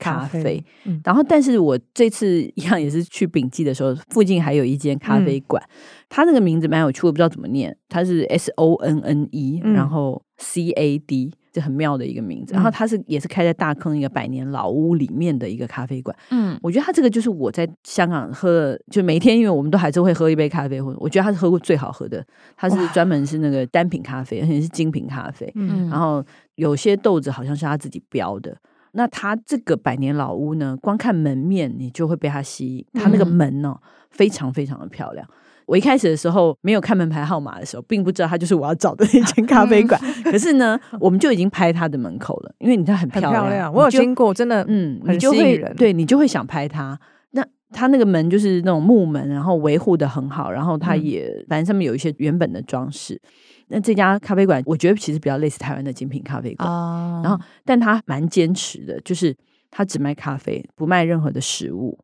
C: 咖
E: 咖
C: 啡。
E: 啡嗯
C: 然后，但是我这次一样也是去丙记的时候，附近还有一间咖
E: 嗯
C: 啡馆，它那个名字蛮有趣，我不知道怎么念，它是 S O N N E，、
E: 嗯
C: 然后 C A D。就很妙的一个名字，
E: 嗯
C: 然后它是也是开在大坑一个百年老屋里面的一个咖啡馆，
D: 嗯，
C: 我觉得它这个就是我在香港喝的，就每天因为我们都还是会喝一杯咖啡，或我觉得它是喝过最好喝的，它是专门是那个单品咖啡，而且是精品咖啡，
E: 嗯
C: 然后有些豆子好像是他自己标的。那它这个百年老屋呢，光看门面你就会被它吸引，它那个
D: 嗯
C: 门哦、非常非常的漂亮。我一开始的时候没有看门牌号码的时候，并不知道它就是我要找的那间咖啡馆。可是呢，我们就已经拍它的门口了，因为你知道很
E: 嗯很
C: 漂
E: 漂亮，我
C: 你
E: 有
C: 就
E: 经过，真的，
C: 嗯，
E: 很
C: 你就
E: 吸引
C: 会
E: 人
C: 对你就会想拍它。那它那个门就是那种木门，然后维护的很好，然后它
E: 嗯
C: 也、反正上面有一些原本的装饰。那这家咖啡馆，我觉得其实比较类似台湾的精品咖啡馆，
D: 啊
C: 然后但它蛮坚持的，就是它只卖咖啡，不卖任何的食物，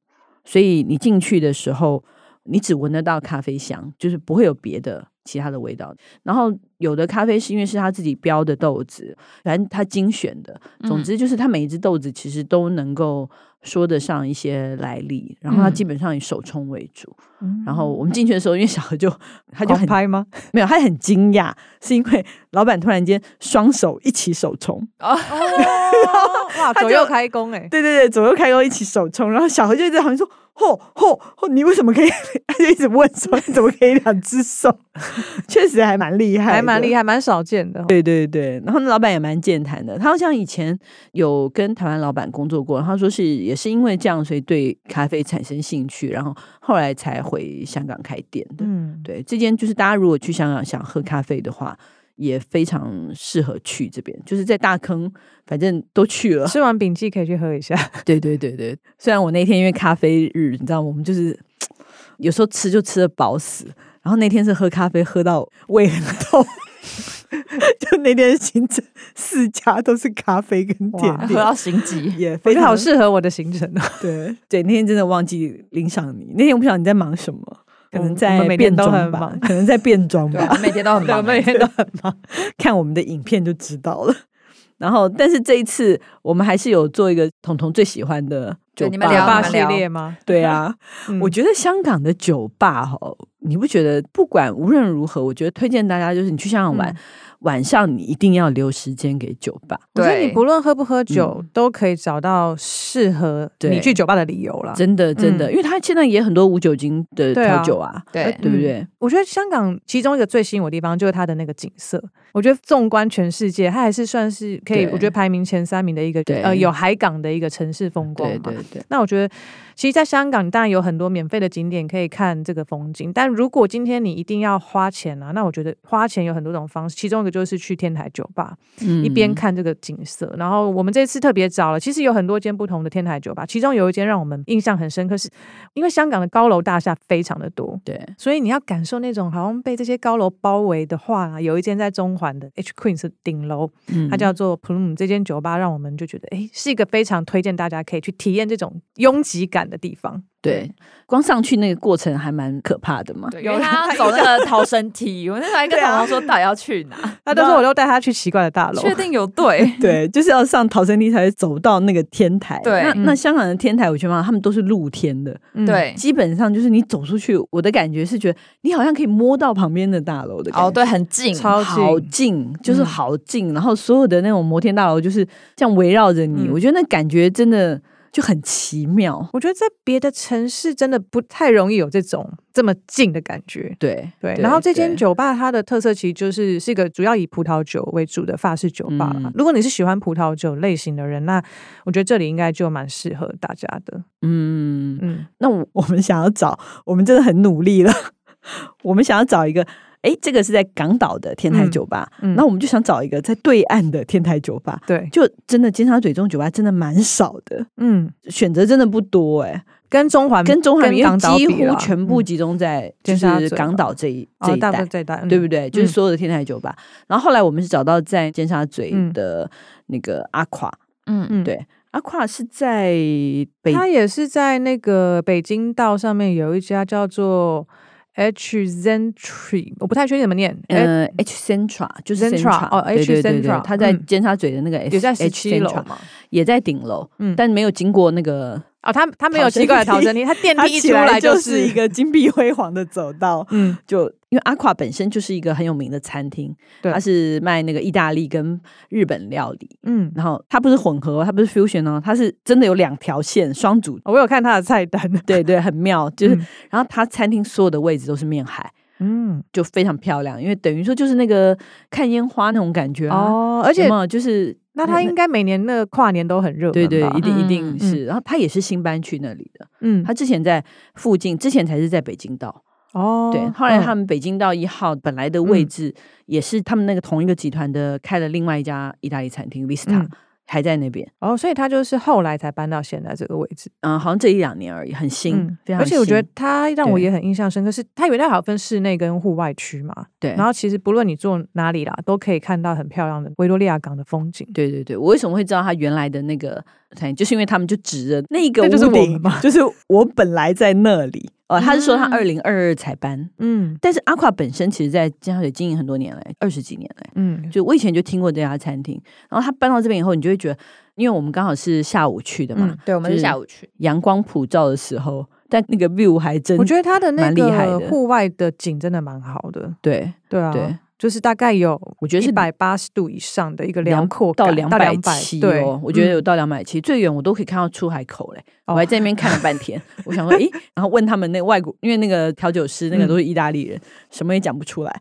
C: 所以你进去的时候，你只闻得到咖啡香，就是不会有别的其他的味道。然后有的咖啡是因为是他自己标的豆子，反正他精选的，总
D: 嗯
C: 之就是它每一只豆子其实都能够说得上一些来历，然后它
D: 嗯
C: 基本上以手冲为主。
E: 嗯
C: 然后我们进去的时候，因为小何 就他就
E: 狂
C: 很
E: 拍吗？
C: 没有，他很惊讶，是因为老板突然间双手一起手冲。
E: 哦 哇，
C: 他
E: 左
C: 就
E: 右开工哎，
C: 对对对，左右开弓一起手冲，然后小何就一直在旁边说：“嚯嚯嚯，你为什么可以？”他就一直问说：“你怎么可以两只手？”
F: 确实还蛮厉害，
E: 还蛮厉。害，蛮少见的。
C: 对对对，然后老板也蛮健谈的，他好像以前有跟台湾老板工作过，他说是也是因为这样，所以对咖啡产生兴趣，然后后来才回香港开店的。
E: 嗯，
C: 对，这间就是大家如果去香港想喝咖啡的话，也非常适合去这边，就是在大坑，反正都去了。
E: 吃完饼记可以去喝一下。
C: 对对对对，虽然我那天因为咖啡日，你知道，我们就是有时候吃就吃的饱死，然后那天是喝咖啡喝到胃很痛， 就那天行程四家都是咖啡跟
E: 哇
C: 点
D: 喝
C: 点，
D: 到心急，
C: 也
E: 我
C: 非
E: 觉
C: 常
E: 得好适合我的 行程哦，
C: 对对，那天真的忘记领赏你。那天我不晓得你在忙什么，可能
E: 我
C: 在
E: 我们每天
C: 变
E: 都
C: 装
E: 很
C: 吧
E: 忙，
C: 可能在变装
D: 对
C: 吧
D: 啊，我。们每天都 很忙，
C: 每天都很忙，看我们的影片就知道了。然后，但是这一次我们还是有做一个彤彤最喜欢的酒
D: 对
C: 吧，
D: 你们
E: 酒
D: 聊
E: 吧
D: 你们
E: 系
D: 聊
E: 列吗？
C: 对啊，
E: 嗯
C: 我觉得香港的酒吧哈，你不觉得？不管无论如何，我觉得推荐大家就是你去香港玩，
E: 嗯
C: 晚上你一定要留时间给酒吧，
E: 我觉得你
D: 对
E: 不论喝不喝酒，都可以找到适合
C: 嗯对
E: 你去酒吧的理由啦。
C: 真的真的，因为它现在也很多无酒精的
E: 嗯对啊
C: 调酒啊，
D: 对
C: 对不对？
E: 我觉得香港其中一个最吸引我的地方就是它的那个景色。我觉得纵观全世界，它还是算是可以，
C: 对
E: 我觉得排名前三名的一个
C: 对
E: 呃有海港的一个城市风光
C: 对
E: 嘛。
C: 对对，
E: 那我觉得，其实，在香港，当然有很多免费的景点可以看这个风景。但如果今天你一定要花钱啊，那我觉得花钱有很多种方式，其中一个就是去天台酒吧，
C: 嗯
E: 一边看这个景色。然后我们这次特别找了，其实有很多间不同的天台酒吧，其中有一间让我们印象很深刻是，因为香港的高楼大厦非常的多，
C: 对，
E: 所以你要感受那种好像被这些高楼包围的话、啊有一间在中环的 H Queen 是顶楼，
C: 嗯
E: 它叫做 Plum 这间酒吧，让我们就觉得诶是一个非常推荐大家可以去体验这种拥挤感的地方。
C: 对，光上去那个过程还蛮可怕的嘛。，
D: 对，因为他要走那个逃生梯，我那时候还跟唐唐说到底要去哪，
E: 那到时候我都带他去奇怪的大楼，
D: 确定有对
C: 对，就是要上逃生梯才会走到那个天台。
D: 对
C: 那
D: 嗯
C: 那香港的天台，我觉得嘛他们都是露天的，
E: 嗯
D: 对
C: 基本上就是你走出去，我的感觉是觉得你好像可以摸到旁边的大楼的感觉。
D: 哦，对，很近，
E: 超
C: 好
E: 近。
C: 近，就是
E: 嗯
C: 好近，然后所有的那种摩天大楼就是这样围绕着你，
E: 嗯
C: 我觉得那感觉真的就很奇妙。
E: 我觉得在别的城市真的不太容易有这种这么近的感觉。
C: 对
E: 对，然后这间
C: 对
E: 酒吧它的特色其实就是是一个主要以葡萄酒为主的法式酒吧啦。
C: 嗯
E: 如果你是喜欢葡萄酒类型的人，那我觉得这里应该就蛮适合大家的。
C: 嗯，
E: 嗯，
C: 那我我们想要找，我们真的很努力了， 我们想要找一个，诶，这个是在港岛的天台
E: 嗯
C: 酒吧，
E: 嗯
C: 那我们就想找一个在对岸的天台酒吧，
E: 对，
C: 就真的尖沙咀这种酒吧真的蛮少的，
E: 嗯，
C: 选择真的不多诶，
E: 跟中环
C: 跟中华民
E: 港岛
C: 几
E: 比
C: 乎
E: 啦嗯
C: 全部集中在就
E: 尖沙
C: 是
E: 咀
C: 港岛这一、
E: 嗯、
C: 这
E: 哦，
C: 一
E: 大
C: 带
E: 部分。这一带，嗯
C: 对不对？就是所有的天台酒吧。然后后来我们是找到在尖沙咀
E: 嗯
C: 的那个阿垮，
D: 嗯
E: 嗯
C: 对阿垮是在北
E: 它也是在那个北京道上面有一家叫做 H Zentry，我不太确定怎么念，哎、
C: 呃 H Centra，就是
E: Centra，
C: Centra
E: 哦
C: 对
E: H
C: 对对对
E: Centra，
C: 它在
E: 嗯
C: 尖沙咀的那个 H
E: 也在十
C: H
E: 七楼
C: Centra，
E: 嘛。
C: 也在顶楼，
E: 嗯
C: 但没有经过那个，
E: 哦，它它没有
C: 逃生
E: 奇怪的逃
C: 梯
E: 生梯，它电
C: 它
E: 梯一
C: 起
E: 出来
C: 就是一，个金碧辉煌的走 道。
E: 嗯，
C: 就因为阿垮本身就是一个很有名的餐厅，
E: 对
C: 它是卖那个意大利跟日本料理，
E: 嗯，
C: 然后它不是混合哦，它不是 fusion 哦，它是真的有两条线双主
E: 哦我有看它的 菜单，
C: 对对，很妙，就是、
E: 嗯
C: 然后它餐厅所有的位置都是面海，
E: 嗯，
C: 就非常漂亮，因为等于说就是那个看烟花那种感觉、啊、哦，
E: 哦，而且
C: 就是
E: 那它应该每年那个跨年都很热门吧，
C: 对对，一定一定
D: 嗯
C: 是，然后它也是新搬去那里的，
E: 嗯，
C: 它之前在附近，之前才是在北京道，
E: 哦，
C: 对，后来
E: 嗯
C: 他们北京道一号本来的位置也是他们那个同一个集团的开了另外一家意大利餐厅 Vista，、
E: 嗯
C: 还在那边，
E: 哦，所以它就是后来才搬到现在这个位置，
C: 嗯，好像这一两年而已，很新，
E: 嗯
C: 非常
E: 而且我觉得
C: 新
E: 它让我
C: 对
E: 也很印象深刻，是它有它好分室内跟户外区嘛，
C: 对，
E: 然后其实不论你坐哪里啦，都可以看到很漂亮的维多利亚港的风景。
C: 对对对，我为什么会知道他原来的那个餐厅，就是因为他们就指着那个
E: 那就是
C: 屋
E: 我
C: 顶
E: 们，嘛
C: 就是我本来在那里哦，他是说他
D: 嗯
C: 二零二二才搬，
E: 嗯
C: 但是阿垮本身其实在尖沙咀经营很多年嘞，二十几年嘞，
E: 嗯，
C: 就我以前就听过这家餐厅，然后他搬到这边以后，你就会觉得，因为我们刚好是下午去的嘛，
E: 嗯
D: 对，我们是
C: 就是
D: 下午去，
C: 阳光普照的时候，但那个 view 还真，
E: 我觉得它的那
C: 蛮厉害
E: 个
C: 的
E: 户外的景真的蛮好的，
C: 对
E: 对啊，
C: 对，
E: 就是大概有
C: 我觉得是
E: 一百八十度以上的一个辽
C: 两
E: 阔
C: 到
E: 感
C: 两
E: 到
C: 百
E: 两百
C: 七
E: 对
C: 哦，我觉得有
E: 嗯哦
C: 到两百七，最远我都可以看到出海口嘞，我还在那边看了半天，我想 说，诶，然后问他们那外国，因为那个调酒师那个都是
E: 嗯
C: 意大利人，什么也讲不出来，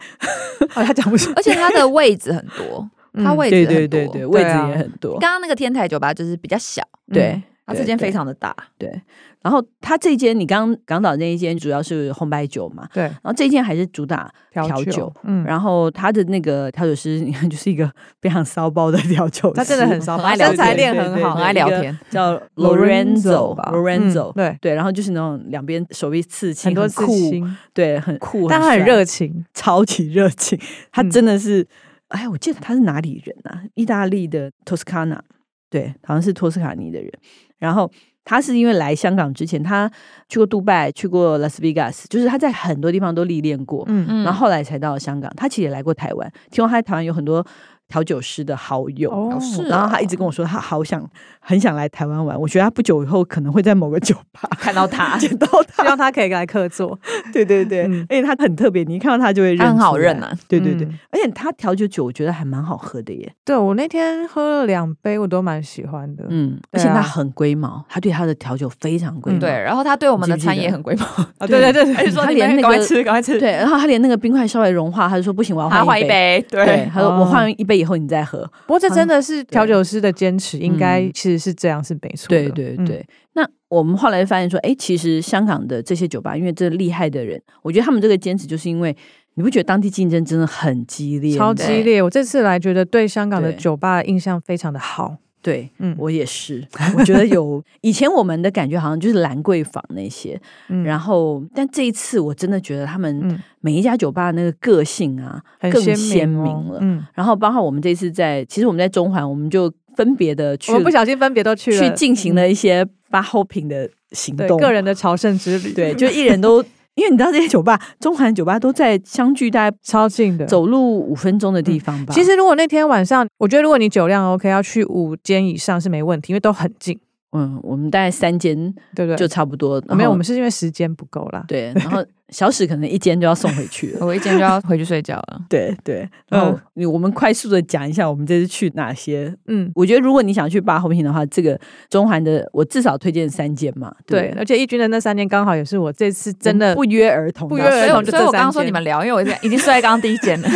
E: 哦，他讲不出，
D: 而且它的位置很 多，它
E: 嗯
D: 位置
C: 对
D: 很多。
C: 对对对，位置
E: 啊
C: 也很多，
D: 刚刚那个天台酒吧就是比较小，
E: 嗯
C: 对，
D: 它
E: 啊
C: 对
D: 这间
C: 对
D: 非常的大，
C: 对。然后他这间，你刚港岛那一间主要是烘焙酒嘛，
E: 对
C: 然后这间还是主打调酒
E: 酒，，嗯，
C: 然后他的那个调酒师，你看就是一个 非常骚包的调酒师，
E: 他真的很骚，
D: 很爱
E: 他
D: 聊
E: 身材
D: 天
E: 练很好，
D: 很爱聊天，
C: 叫
E: Lorenzo
C: Lorenzo
E: 吧
C: Lorenzo，、
E: 嗯对
C: 对，然后就是那种两边手臂刺青，
E: 很多
C: 酷
E: 刺，青，
C: 对，很酷，
E: 但他很
C: 帅
E: 热，情，
C: 超级热 情。他
E: 嗯
C: 真的是，哎，我记得他是哪里人啊？意大利的托斯卡纳，对，好像是托斯卡尼的人。然后他是因为来香港之前，他去过杜拜，去过拉斯维加斯，就是他在很多地方都历练过。
E: 嗯，
D: 嗯
C: 然后后来才到香港。他其实也来过台湾，听说他在台湾有很多调酒师的好友。
E: 哦
D: 是
C: 然后他一直跟我说，他好想很想来台湾玩。我觉得他不久以后可能会在某个酒吧
D: 看 到他
C: 见到
E: 希
C: 他。
E: 望他可以来客座，
C: 啊对对对，
E: 嗯
C: 而且他很特别，你一看到他就会认。
D: 他很好认。啊，
C: 对对对，
E: 嗯
C: 而且他调酒酒，我觉得还蛮好喝的耶。
E: 对我那天喝了两杯，我都蛮喜欢的，
C: 嗯，而
E: 对
C: 且
E: 啊
C: 他很龟毛，他对他的调酒非常龟毛。
E: 嗯
D: 对，然后他对我们的哦
C: 你记不
D: 餐
C: 记得
D: 也很龟毛，
E: 啊，对对对，
D: 而且说
C: 他
D: 你们
C: 连那
D: 赶快
C: 个
D: 吃，赶快吃，
C: 对，然后他连那个冰块稍微融化，他就说不行，我要
D: 还换
C: 换
D: 一
C: 一。
D: 杯，对
C: 对，，他说
E: 哦
C: 我换一杯以后你再喝。
E: 不过这真的是调
C: 对
E: 酒师的坚持，应该
C: 嗯
E: 其实是这样是没错
C: 对
E: 的。
C: 对
E: 嗯
C: 对，，那我们后来发现说，哎，其实香港的这些酒吧，因为这厉害的人，我觉得他们这个坚持，就是因为你不觉得当地竞争真的很激烈吗，
E: 超激烈！我这次来觉得对香港的
C: 对
E: 酒吧印象非常的好。
C: 对。
E: 嗯，
C: 我也是，我觉得 有以前我们的感觉好像就是兰桂坊那些，
E: 嗯
C: 然后但这一次我真的觉得他
E: 嗯
C: 们每一家酒吧那个个性啊，
E: 很
C: 更
E: 鲜
C: 鲜
E: 明哦
C: 明了
E: 嗯，
C: 然后包括我们这次在，其实我们在中环，我们就分别的去
E: 我们不小心分别都去
C: 去
E: 了，嗯
C: 进行了一些八后品的行
E: 对
C: 动，
E: 个人的朝圣之旅，
C: 对，就一人 都，因为你知道这些酒吧，中环酒吧都在相距大概
E: 超近的。
C: 走路五分钟的地方吧。
E: 嗯其实如果那天晚上，我觉得如果你酒量 OK，要去五间以上是没问题，因为都很近，
C: 嗯，我们大概三间
E: 对不
C: 就
E: 对？
C: 差不多，然
E: 没有，
C: 后
E: 我们是因为时间不够啦。
C: 对，然后小史可能一间就要送回去了。
D: 我一见就要回去睡觉 了。
C: 对对，然后你我们快速的讲一下我们这次去哪些。
E: 嗯，
C: 我觉得如果你想去八后品的话，这个中环的我至少推荐三间嘛。
E: 对，
C: 不
E: 而且义军的那三天刚好也是我这次真
C: 我们
E: 的
C: 不约而同的，
E: 不约
D: 所
E: 儿
D: 以
E: 童
D: 我，
E: 就
D: 所以
E: 这
D: 我
E: 三
D: 刚刚说
E: 间
D: 你们聊，因为我已经睡在刚刚第一间了。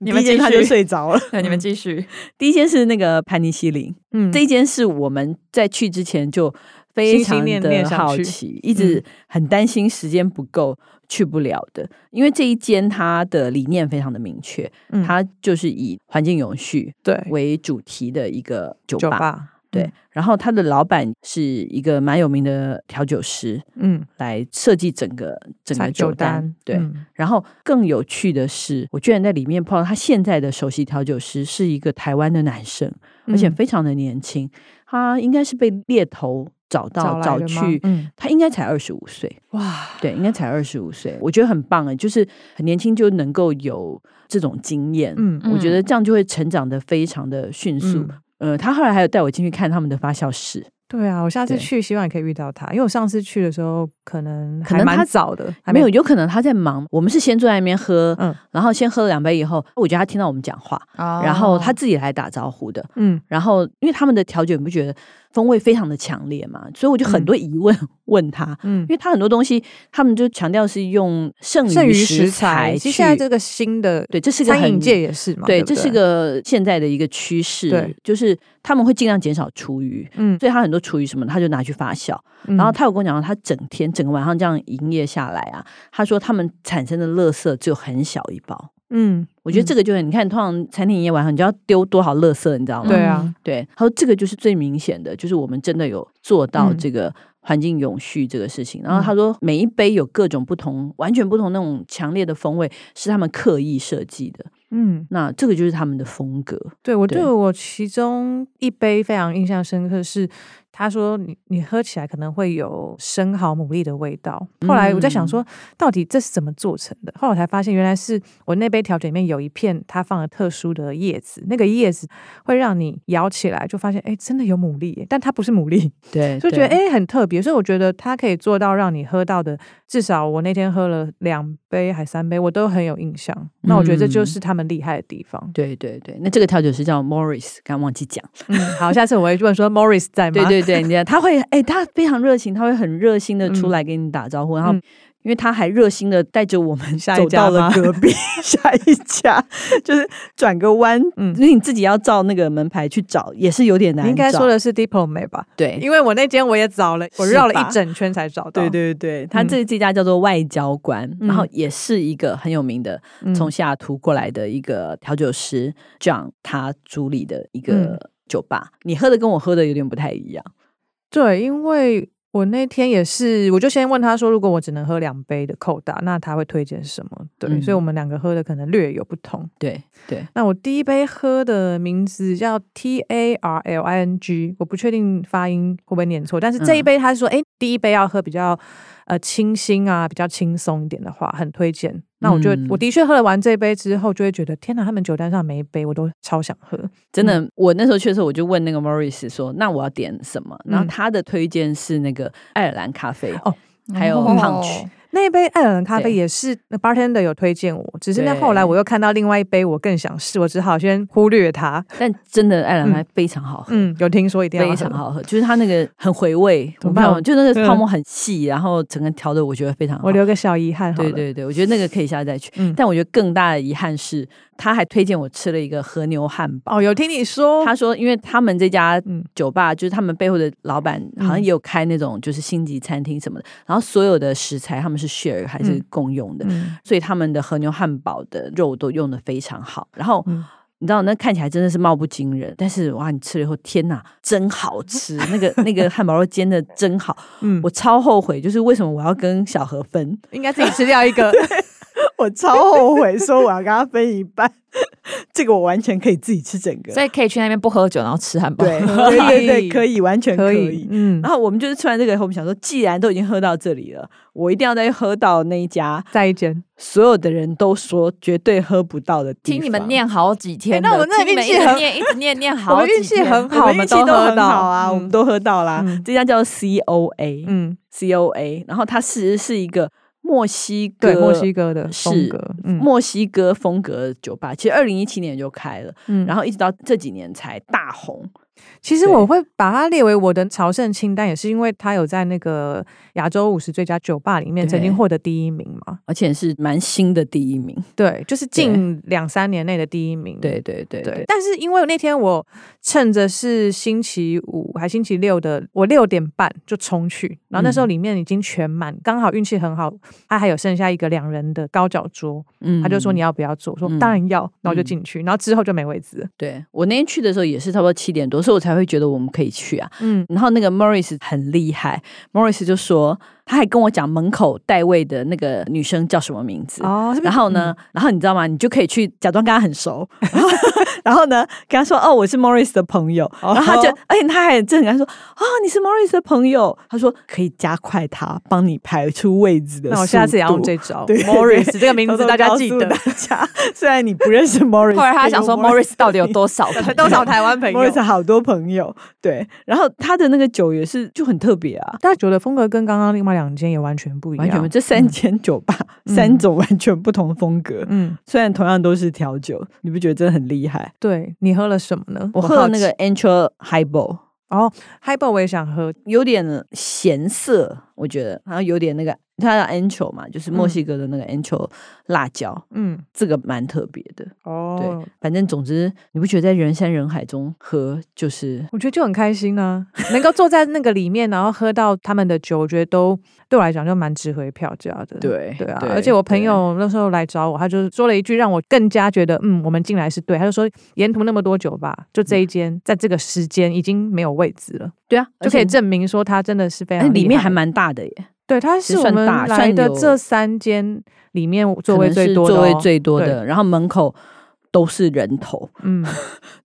D: 你们
C: 第一
D: 继
C: 间他就
D: 续，
C: 睡着 了。
D: 对，你们继续。
C: 第一间是那个盘尼西林，
E: 嗯
C: 这一间是我们在去之前就非常
E: 心心念念
C: 的
E: 想
C: 好
E: 去嗯
C: 奇，一直很担心时间不够去不了的，因为这一间它的理念非常的明确，
E: 嗯
C: 它就是以环境永续
E: 对
C: 为主题的一个酒
E: 酒
C: 吧。
E: 吧，
C: 对，然后它的老板是一个蛮有名的调酒师，
E: 嗯，
C: 来设计整个整个
E: 产
C: 酒单
E: 单。
C: 对，
E: 嗯
C: 然后更有趣的是，我居然在里面碰到他现在的首席调酒师是一个台湾的男生，而且
E: 嗯
C: 非常的年轻，他应该是被猎头找到
E: 找
C: 找
E: 来的吗
C: 去，
E: 嗯
C: 他应该才二十五岁，
E: 哇，
C: 对，应该才二十五岁，我觉得很棒哎，就是很年轻就能够有这种经验，
E: 嗯
C: 我觉
D: 嗯
C: 得这样就会成长的非常的迅速。
E: 嗯
C: 呃，他后来还有带我进去看他们的发酵室，
E: 对啊，我下次
C: 对
E: 去希望也可以遇到他，因为我上次去的时候可能
C: 可
E: 还
C: 能
E: 蛮
C: 他
E: 早的，还
C: 没有，有可能他在忙。我们是先坐在那边喝，
E: 嗯哦
C: 然后先喝了两杯以后，我觉得他听到我们讲话，然
D: 然
C: 后他自己来打招呼的。
E: 嗯
C: 然后因为他们的调酒，你不觉得风味非常的强烈嘛？所以我就很多疑问问他，
E: 嗯
C: 因，为他很多东西他们就强调是用剩
E: 剩余
C: 余
E: 食
C: 材去。
E: 其实现在这个新的
C: 对，这是个
E: 餐饮
C: 很
E: 界也是嘛，
C: 对，
E: 对，
C: 这是。个现在的一个趋势
E: 对，
C: 就是他们会尽量减少厨余。
E: 嗯，
C: 所以他很多厨余什么的，他就拿去发酵。然后他有跟我讲，他整天整个晚上这样营业下来啊，他说他们产生的垃圾只有很小一包。
E: 嗯，
C: 我觉得这个就是、你看，通常餐厅营业晚上你就要丢多少垃圾，你知道吗？
E: 对啊，
C: 对，他说这个就是最明显的，就是我们真的有做到
E: 嗯
C: 这个环境永续这个事情。然后他说，每一杯有各种不同、完全不同那种强烈的风味，是他们刻意设计的。
E: 嗯，
C: 那这个就是他们的风格。
E: 对我对
C: 对
E: 我其中一杯非常印象深刻是，他说你你喝起来可能会有生蚝牡蛎的味道。后来我在
C: 嗯
E: 想说，到底这是怎么做成的？后来我才发现，原来是我那杯调酒里面有一片它放了特殊的叶子，那个叶子会让你咬起来就发现，哎，真的有牡蛎耶，但它不是牡 蛎，
C: 对，
E: 就觉得
C: 对
E: 哎、诶很特别，所以我觉得它可以做到让你喝到的，至少我那天喝了两杯还三杯，我都很有印象。那我觉得这就
C: 嗯
E: 是他们厉害的地方。
C: 对对对，那这个调酒师叫 Morris，刚忘记讲。
E: 嗯，好，下次我会问说 Morris 在吗？
C: 对对对对，你看他会哎、他非常热情，他会很热心的出来跟你打招呼，然后
E: 嗯
C: 因为他还热心的带着我们
E: 下一
C: 走
E: 家
C: 到了
E: 吗
C: 隔壁下一家，就是转个弯，
E: 嗯
C: 因为你自己要照那个门牌去找，也是有点难找。
E: 你应该说的是 Diplome 吧？
C: 对。
E: 因为我那间我也找了，我
C: 是
E: 绕了
C: 吧
E: 一整圈才找到。
C: 对对对，他这这家叫做外交官，
E: 嗯
C: 然后也是一个很有名的
E: 嗯，
C: 从西雅图过来的一个调酒师 John 他主理的一
E: 嗯
C: 个酒吧。你喝的跟我喝的有点不太一样，
E: 对，因为我那天也是，我就先问他说，如果我只能喝两杯的扣打，那他会推荐什么？对，所以
C: 嗯
E: 我们两个喝的可能略有不同。
C: 对对，
E: 那我第一杯喝的名字叫 T A R L I N G，我不确定发音会不会念错，但是这一
C: 嗯
E: 杯他说，哎、第一杯要喝比较呃清新啊，比较轻松一点的话，很推荐。那我就、
C: 嗯
E: 我的确喝了完这一杯之后，就会觉得天哪，他们酒单上每一杯我都超想喝。
C: 真的，
E: 嗯
C: 我那时候去的时候，我就问那个 Morris 说：“那我要点什么？”然后
E: 嗯
C: 他的推荐是那个爱尔兰咖啡。
E: 哦
C: 还有
D: 哦
C: punch，、
E: 那一杯爱尔兰咖啡
C: 对
E: 也是那 bartender 有推荐我，只是那
C: 对
E: 后来我又看到另外一杯，我更想试，我只好先忽略它。
C: 但真的爱尔兰咖啡非常好喝。
E: 嗯，有听说一定要
C: 非
E: 喝
C: 常，好喝，就是它那个很回味，
E: 怎么
C: 我
E: 办
C: 看就那个
E: 嗯
C: 泡沫很细，然后整个调的我觉得非常好。
E: 我留个小遗憾好了。
C: 对对对，我觉得那个可以下次再去。
E: 嗯
C: 但我觉得更大的遗憾是，他还推荐我吃了一个和牛汉堡。
E: 哦，有听你说，
C: 他说，因为他们这家
E: 嗯
C: 酒吧就是他们背后的老板，好像
E: 嗯
C: 也有开那种就是星级餐厅什么的，然后所有的食材他们是 share 还是
E: 嗯
C: 共用的，
E: 嗯
C: 所以他们的和牛汉堡的肉都用的非常好。然后、
E: 嗯
C: 你知道，那看起来真的是貌不惊人，但是哇，你吃了以后，天哪，真好吃！那个那个汉堡肉煎的真好，
E: 嗯，
C: 我超后悔，就是为什么我要跟小何分？
E: 应该自己吃掉 一个。
C: 我超后悔，说我要跟他分一半，这个我完全可以自己吃整个。
D: 所以可以去那边不喝酒，然后吃汉堡。
C: 对
E: 可以
C: 对对对，可以，完全可以。
E: 嗯
C: 然，后我们就是吃完这个以后，我们想说，既然都已经喝到这里了，我一定要再去喝到那一家
E: 再一间，
C: 所有的人都说绝对喝不到的地方。
D: 听你们，念好几天的，
E: 哎那我们
D: 听你
E: 运
D: 们
E: 气
D: 一直
E: 很
D: 念，一直念念
E: 我
D: 好
E: 们
D: 几天，
E: 运气很
C: 我
E: 好，
C: 们运气
E: 都
C: 都
E: 喝
C: 很
E: 到
C: 好啊，
E: 嗯
C: 我们都喝到啦。
E: 嗯
C: 这家叫 COA，
E: 嗯，
C: COA，然后它其实是一个墨西哥
E: 对，墨西哥的风
C: 是
E: 格，嗯
C: 墨西哥风格酒吧，其实二零一七年就开了，
E: 嗯
C: 然后一直到这几年才大红。
E: 其实
C: 对
E: 我会把它列为我的朝圣清单，也是因为它有在那个亚洲五十最佳酒吧里面曾经
C: 对
E: 获得第一名嘛。
C: 而且是蛮新的第一名，
E: 对，就是近两三年内的第一名。
C: 对对对
E: 对，但是因为那天我趁着是星期五还星期六的，我六点半就冲去，然后那时候
C: 嗯
E: 里面已经全满，刚好运气很好，他还有剩下一个两人的高脚桌，
C: 嗯
E: 他就说你要不要坐？我说
C: 嗯
E: 当然要，然后就
C: 嗯
E: 进去，然后之后就没位置了。
C: 对我那天去的时候也是差不多七点多，所以我才会觉得我们可以去啊。
E: 嗯，
C: 然后那个 Morris 很厉害，Morris 就说他还跟我讲门口代位的那个女生叫什么名字。
E: 哦，是不是
C: 然后呢，然后你知道吗？你就可以去假装跟他很熟，然后 然后呢，跟他说：“哦，我是 Morris 的朋友。”
E: 哦
C: 然后他就，而且他还很正跟他说：“哦，你是 Morris 的朋友。”他说：“可以加快他帮你排出位置的
E: 那我下次也要
C: 速
E: 用
C: 度
E: 这招
C: 对对对
E: ，Morris 这个名字大家记
C: 偷偷
E: 得
C: 告。诉大家，虽然你不认识 Morris，
D: 后来他想说
C: 可以用
D: Morris 到底有多少朋友？
E: 多少台湾朋友？
C: Morris 好多朋友，对，然后他的那个酒也是就很特别啊，
E: 大家觉得风格跟刚刚另外两间也完全不一样，
C: 完全不这三间酒吧、
E: 嗯
C: 三种完全不同风格，
E: 嗯，
C: 虽然同样都是调酒，你不觉得真的很厉害？
E: 对你喝了什么呢？
C: 我喝了那个 Antro Highball，
E: 哦 h i b a l 我也想喝，
C: 有点咸涩，我觉得，然后有点那个它叫 Ancho 嘛，就是墨西哥的那个 Ancho 辣椒，
E: 嗯，
C: 这个蛮特别的。
E: 哦
C: 对，反正总之，你不觉得在人山人海中喝就是
E: 我觉得就很开心呢、能够坐在那个里面，然后喝到他们的酒，我觉得都对我来讲就蛮值回票价的。
C: 对
E: 对啊，
C: 对
E: 而且我朋
C: 对
E: 友那时候来找我，他就说了一句让我更加觉得，嗯，我们进来是对。他就说，沿途那么多酒吧，就这一间，在这个时间已经没有位置了，
C: 对啊，
E: 就可
C: 嗯
E: 以
C: 而且
E: 证明说他真的是非
C: 哎
E: 常
C: 里
E: 厉
C: 面
E: 害
C: 还蛮大的耶。
E: 对，它
C: 其
E: 是
C: 实
E: 我
C: 算
E: 们
C: 大
E: 来
C: 算
E: 的
C: 有
E: 这三间里面座位
C: 可能
E: 最
C: 是
E: 多的、
C: 座
E: 哦，
C: 位最多
E: 对
C: 的，然后门口都是人头，
E: 嗯，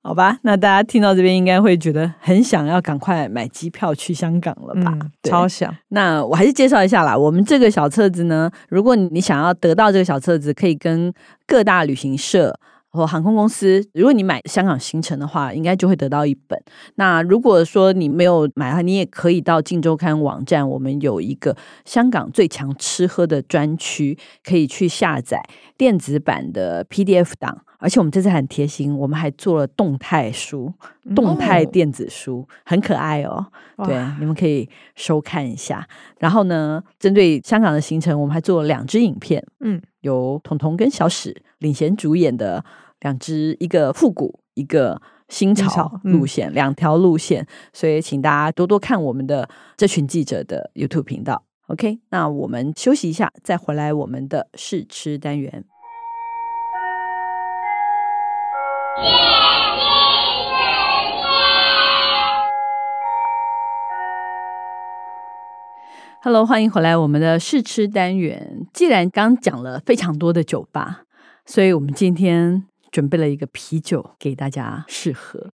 C: 好吧？那大家听到这边应该会觉得很想要赶快买机票去香港了吧？
E: 嗯，
C: 对
E: 超想，
C: 那我还是介绍一下啦，我们这个小册子呢，如果你想要得到这个小册子，可以跟各大旅行社。或航空公司，如果你买香港行程的话，应该就会得到一本。那如果说你没有买的话，你也可以到《镜周刊》网站，我们有一个香港最强吃喝的专区，可以去下载电子版的 PDF 档，而且我们这次很贴心，我们还做了动态书、动态电子书，很可爱哦。
E: 哇
C: 对，你们可以收看一下。然后呢，针对香港的行程，我们还做了两支影片，
E: 嗯，
C: 由彤彤跟小史领衔主演的两支，一个复古，一个新
E: 新
C: 潮
E: 潮嗯
C: 路线，两条路线。所以请大家多多看我们的这群记者的 YouTube 频道。OK，那我们休息一下，再回来我们的试吃单元。Hello，欢迎回来我们的试吃单元。既然刚讲了非常多的酒吧，所以我们今天准备了一个啤酒给大家试喝。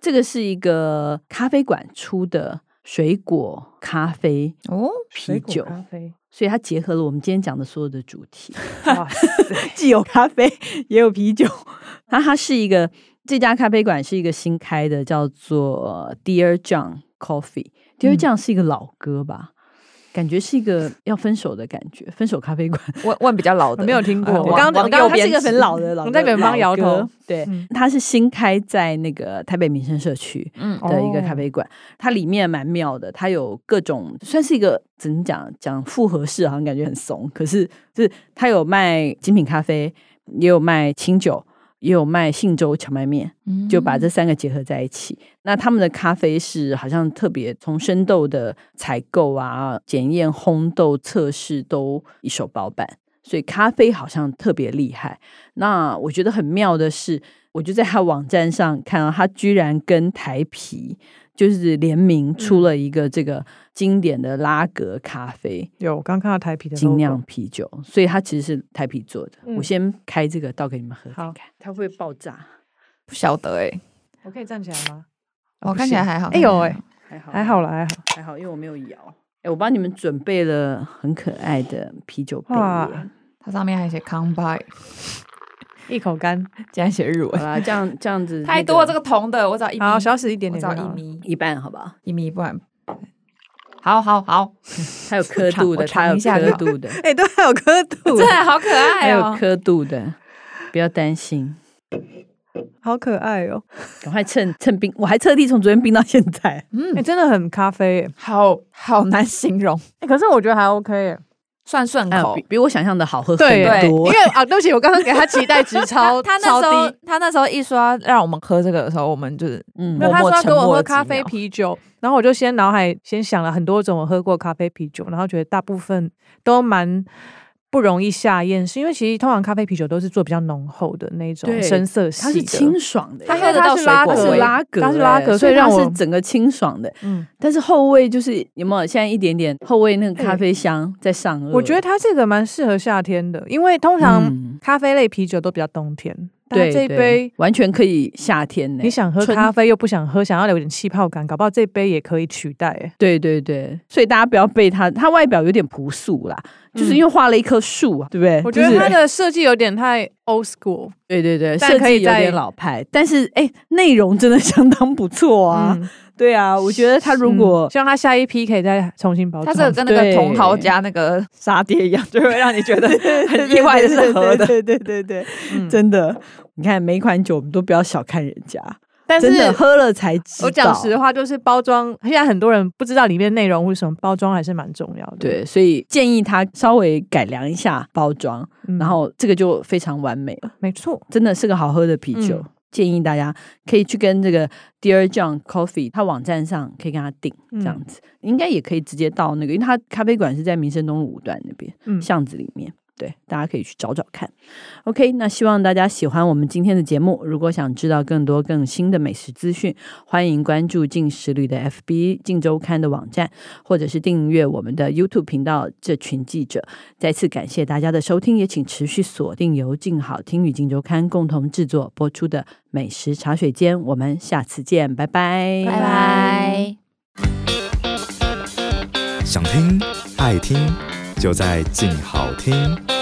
C: 这个是一个咖啡馆出的水果咖啡
D: 哦，
C: 啤酒，
E: 咖 啡，
C: 所以它结合了我们今天讲的所有的主题。
E: 哇塞，
C: 既有咖啡，也有啤酒。 它它是一个这家咖啡馆是一个新开的，叫做 Dear John Coffee。Dear
E: 嗯
C: John 是一个老歌吧，感觉是一个要分手的感觉，分手咖啡馆。
D: 问问比较老的，
E: 没有听过，
D: 我
E: 嗯我刚
D: 往
E: 刚
D: 右
C: 它是
D: 边
C: 一个很
D: 指
C: 老的老歌，
E: 我在远方摇头
C: 老歌。对
E: 嗯，
C: 它是新开在那个台北民生社区。
D: 嗯
E: 哦
C: 的一个咖啡馆，它里面蛮妙的，它有各种算是一个怎么讲讲复合式，好像感觉很怂，可是就是它有卖精品咖啡，也有卖清酒，也有卖信州荞麦面，就把这三个结合在一起。那他们的咖啡是好像特别从生豆的采购啊、检验、烘豆、测试都一手包办，所以咖啡好像特别厉害。那我觉得很妙的是，我就在他网站上看到他居然跟台啤就是联名出了一个这个经典的拉格咖啡
E: 有，我刚看到台啤的
C: 精
E: logo
C: 酿啤酒，所以它其实是台啤做的。
E: 嗯
C: 我先开这个倒给你们喝
E: 好
C: 看看，它会不会爆炸？
D: 不晓得哎，
E: 我可以站起来吗？
D: 我看起来还好。
E: 哎呦
D: 看
E: 哎
D: 起
C: 还
D: 来还好，
C: 好，
E: 还好啦，还好。
C: 还好，因为我没有摇。哎，我帮你们准备了很可爱的啤酒杯
E: 哇
C: 耶。
D: 它上面还写 “combine”，
E: 一 口干，
D: 竟然写日
C: 好
D: 文，
C: 啦，这样这样子、
D: 太多了这个铜的，我找一米，
E: 好，小史一点
D: 我
E: 点就
D: 找
E: 好
D: 一
E: 了。
D: 米，
C: 一半，好不好？
D: 一米，不然好好好，
C: 它有刻度的，
D: 我尝
C: 它有
D: 一下就
C: 刻
D: 好
C: 度的，
E: 哎，对，还有 刻度，
D: 真的好可
C: 还
E: 哎
D: 爱
C: 有
D: 哦。
C: 刻度的，不要担心，
E: 好可爱哦。
C: 赶快趁趁冰，我还特地从昨天冰到现在。
E: 哎，真的很咖啡耶。
D: 好好难形容，
E: 哎，可是我觉得还 OK
D: 嗯
E: 耶。
D: 算顺
C: 哎呦
D: 口
C: 比。比我想象的好喝
E: 对
C: 很
D: 对
E: 因
C: 多。
E: 为啊，对不起，我刚刚给他期待 值超
D: 他那
E: 超
D: 时候
E: 低。，
D: 他那时候一说要让我们喝这个的时候，我们就是
C: 嗯
E: 没有，他说
D: 默默
E: 要
D: 沉
E: 给我
D: 默
E: 喝
D: 了
E: 咖
D: 几
E: 啡
D: 秒
E: 啤酒，然后我就先脑海先想了很多种我喝过咖啡啤酒，然后觉得大部分都蛮不容易下咽，是因为其实通常咖啡啤酒都是做比较浓厚的那种
C: 对
E: 深色系
C: 它
E: 的，
C: 是清爽的耶，
D: 它
E: 因为
D: 喝得到
E: 它是
D: 水
E: 拉
D: 果
E: 格，
C: 它
D: 味
C: 是拉格，
E: 它是拉格，
C: 哎
E: 所以让
C: 它
E: 我
C: 是整个清爽的。
E: 嗯，
C: 但是后味就是有没有现在一点点后味那个咖啡香在上颚？
D: 嗯
E: 我觉得它这个蛮适合夏天的，因为通常
C: 嗯
E: 咖啡类啤酒都比较冬天，但它
C: 对
E: 这一
C: 对
E: 杯。
C: 完全可以夏天呢、
E: 你想喝
C: 春
E: 咖啡又不想喝，想要有点气泡感，搞不好这杯也可以取代、欸。
C: 对对对，所以大家不要被它，它外表有点朴素啦，就是因为画了一棵树啊，对不对？
E: 嗯我觉得
C: 就是
E: 它的设计有点太 old school
C: 对对对，
E: 但
C: 设
E: 可以
C: 计有
E: 在
C: 点老派，但是哎，内容真的 相当不错啊。
E: 嗯
C: 对啊，我觉得它如果
E: 嗯希望它下一批可以再重新包
D: 它
E: 装。
D: 这个跟那个
C: 对
D: 茼蒿加那个沙爹一样，就会让你觉得很意外的是合的。
C: 对对对对，
E: 嗯
C: 真的，你看每一款酒我们都不要小看人家，
E: 但是
C: 真的喝了才知道。
E: 我讲实话，就是包装，现在很多人不知道里面内容为什么，包装还是蛮重要的。
C: 对，所以建议他稍微改良一下包装，
E: 嗯，
C: 然后这个就非常完美了，
E: 没错，
C: 真的是个好喝的啤酒。
E: 嗯
C: 建议大家可以去跟这个 Dear John Coffee，它网站上可以跟他订这
E: 嗯
C: 样子，应该也可以直接到那个，因为它咖啡馆是在民生东路五段那边、
E: 嗯
C: 巷子里面。对，大家可以去找找看。OK，那希望大家喜欢我们今天的节目。如果想知道更多更新的美食资讯，欢迎关注进食旅的 FB、进周刊的网站，或者是订阅我们的 YouTube 频道。这群记者再次感谢大家的收听，也请持续锁定由静好听与静周刊共同制作播出的美食茶水间。我们下次见，拜拜，
D: 拜拜。
F: 想听爱听，就在静好听。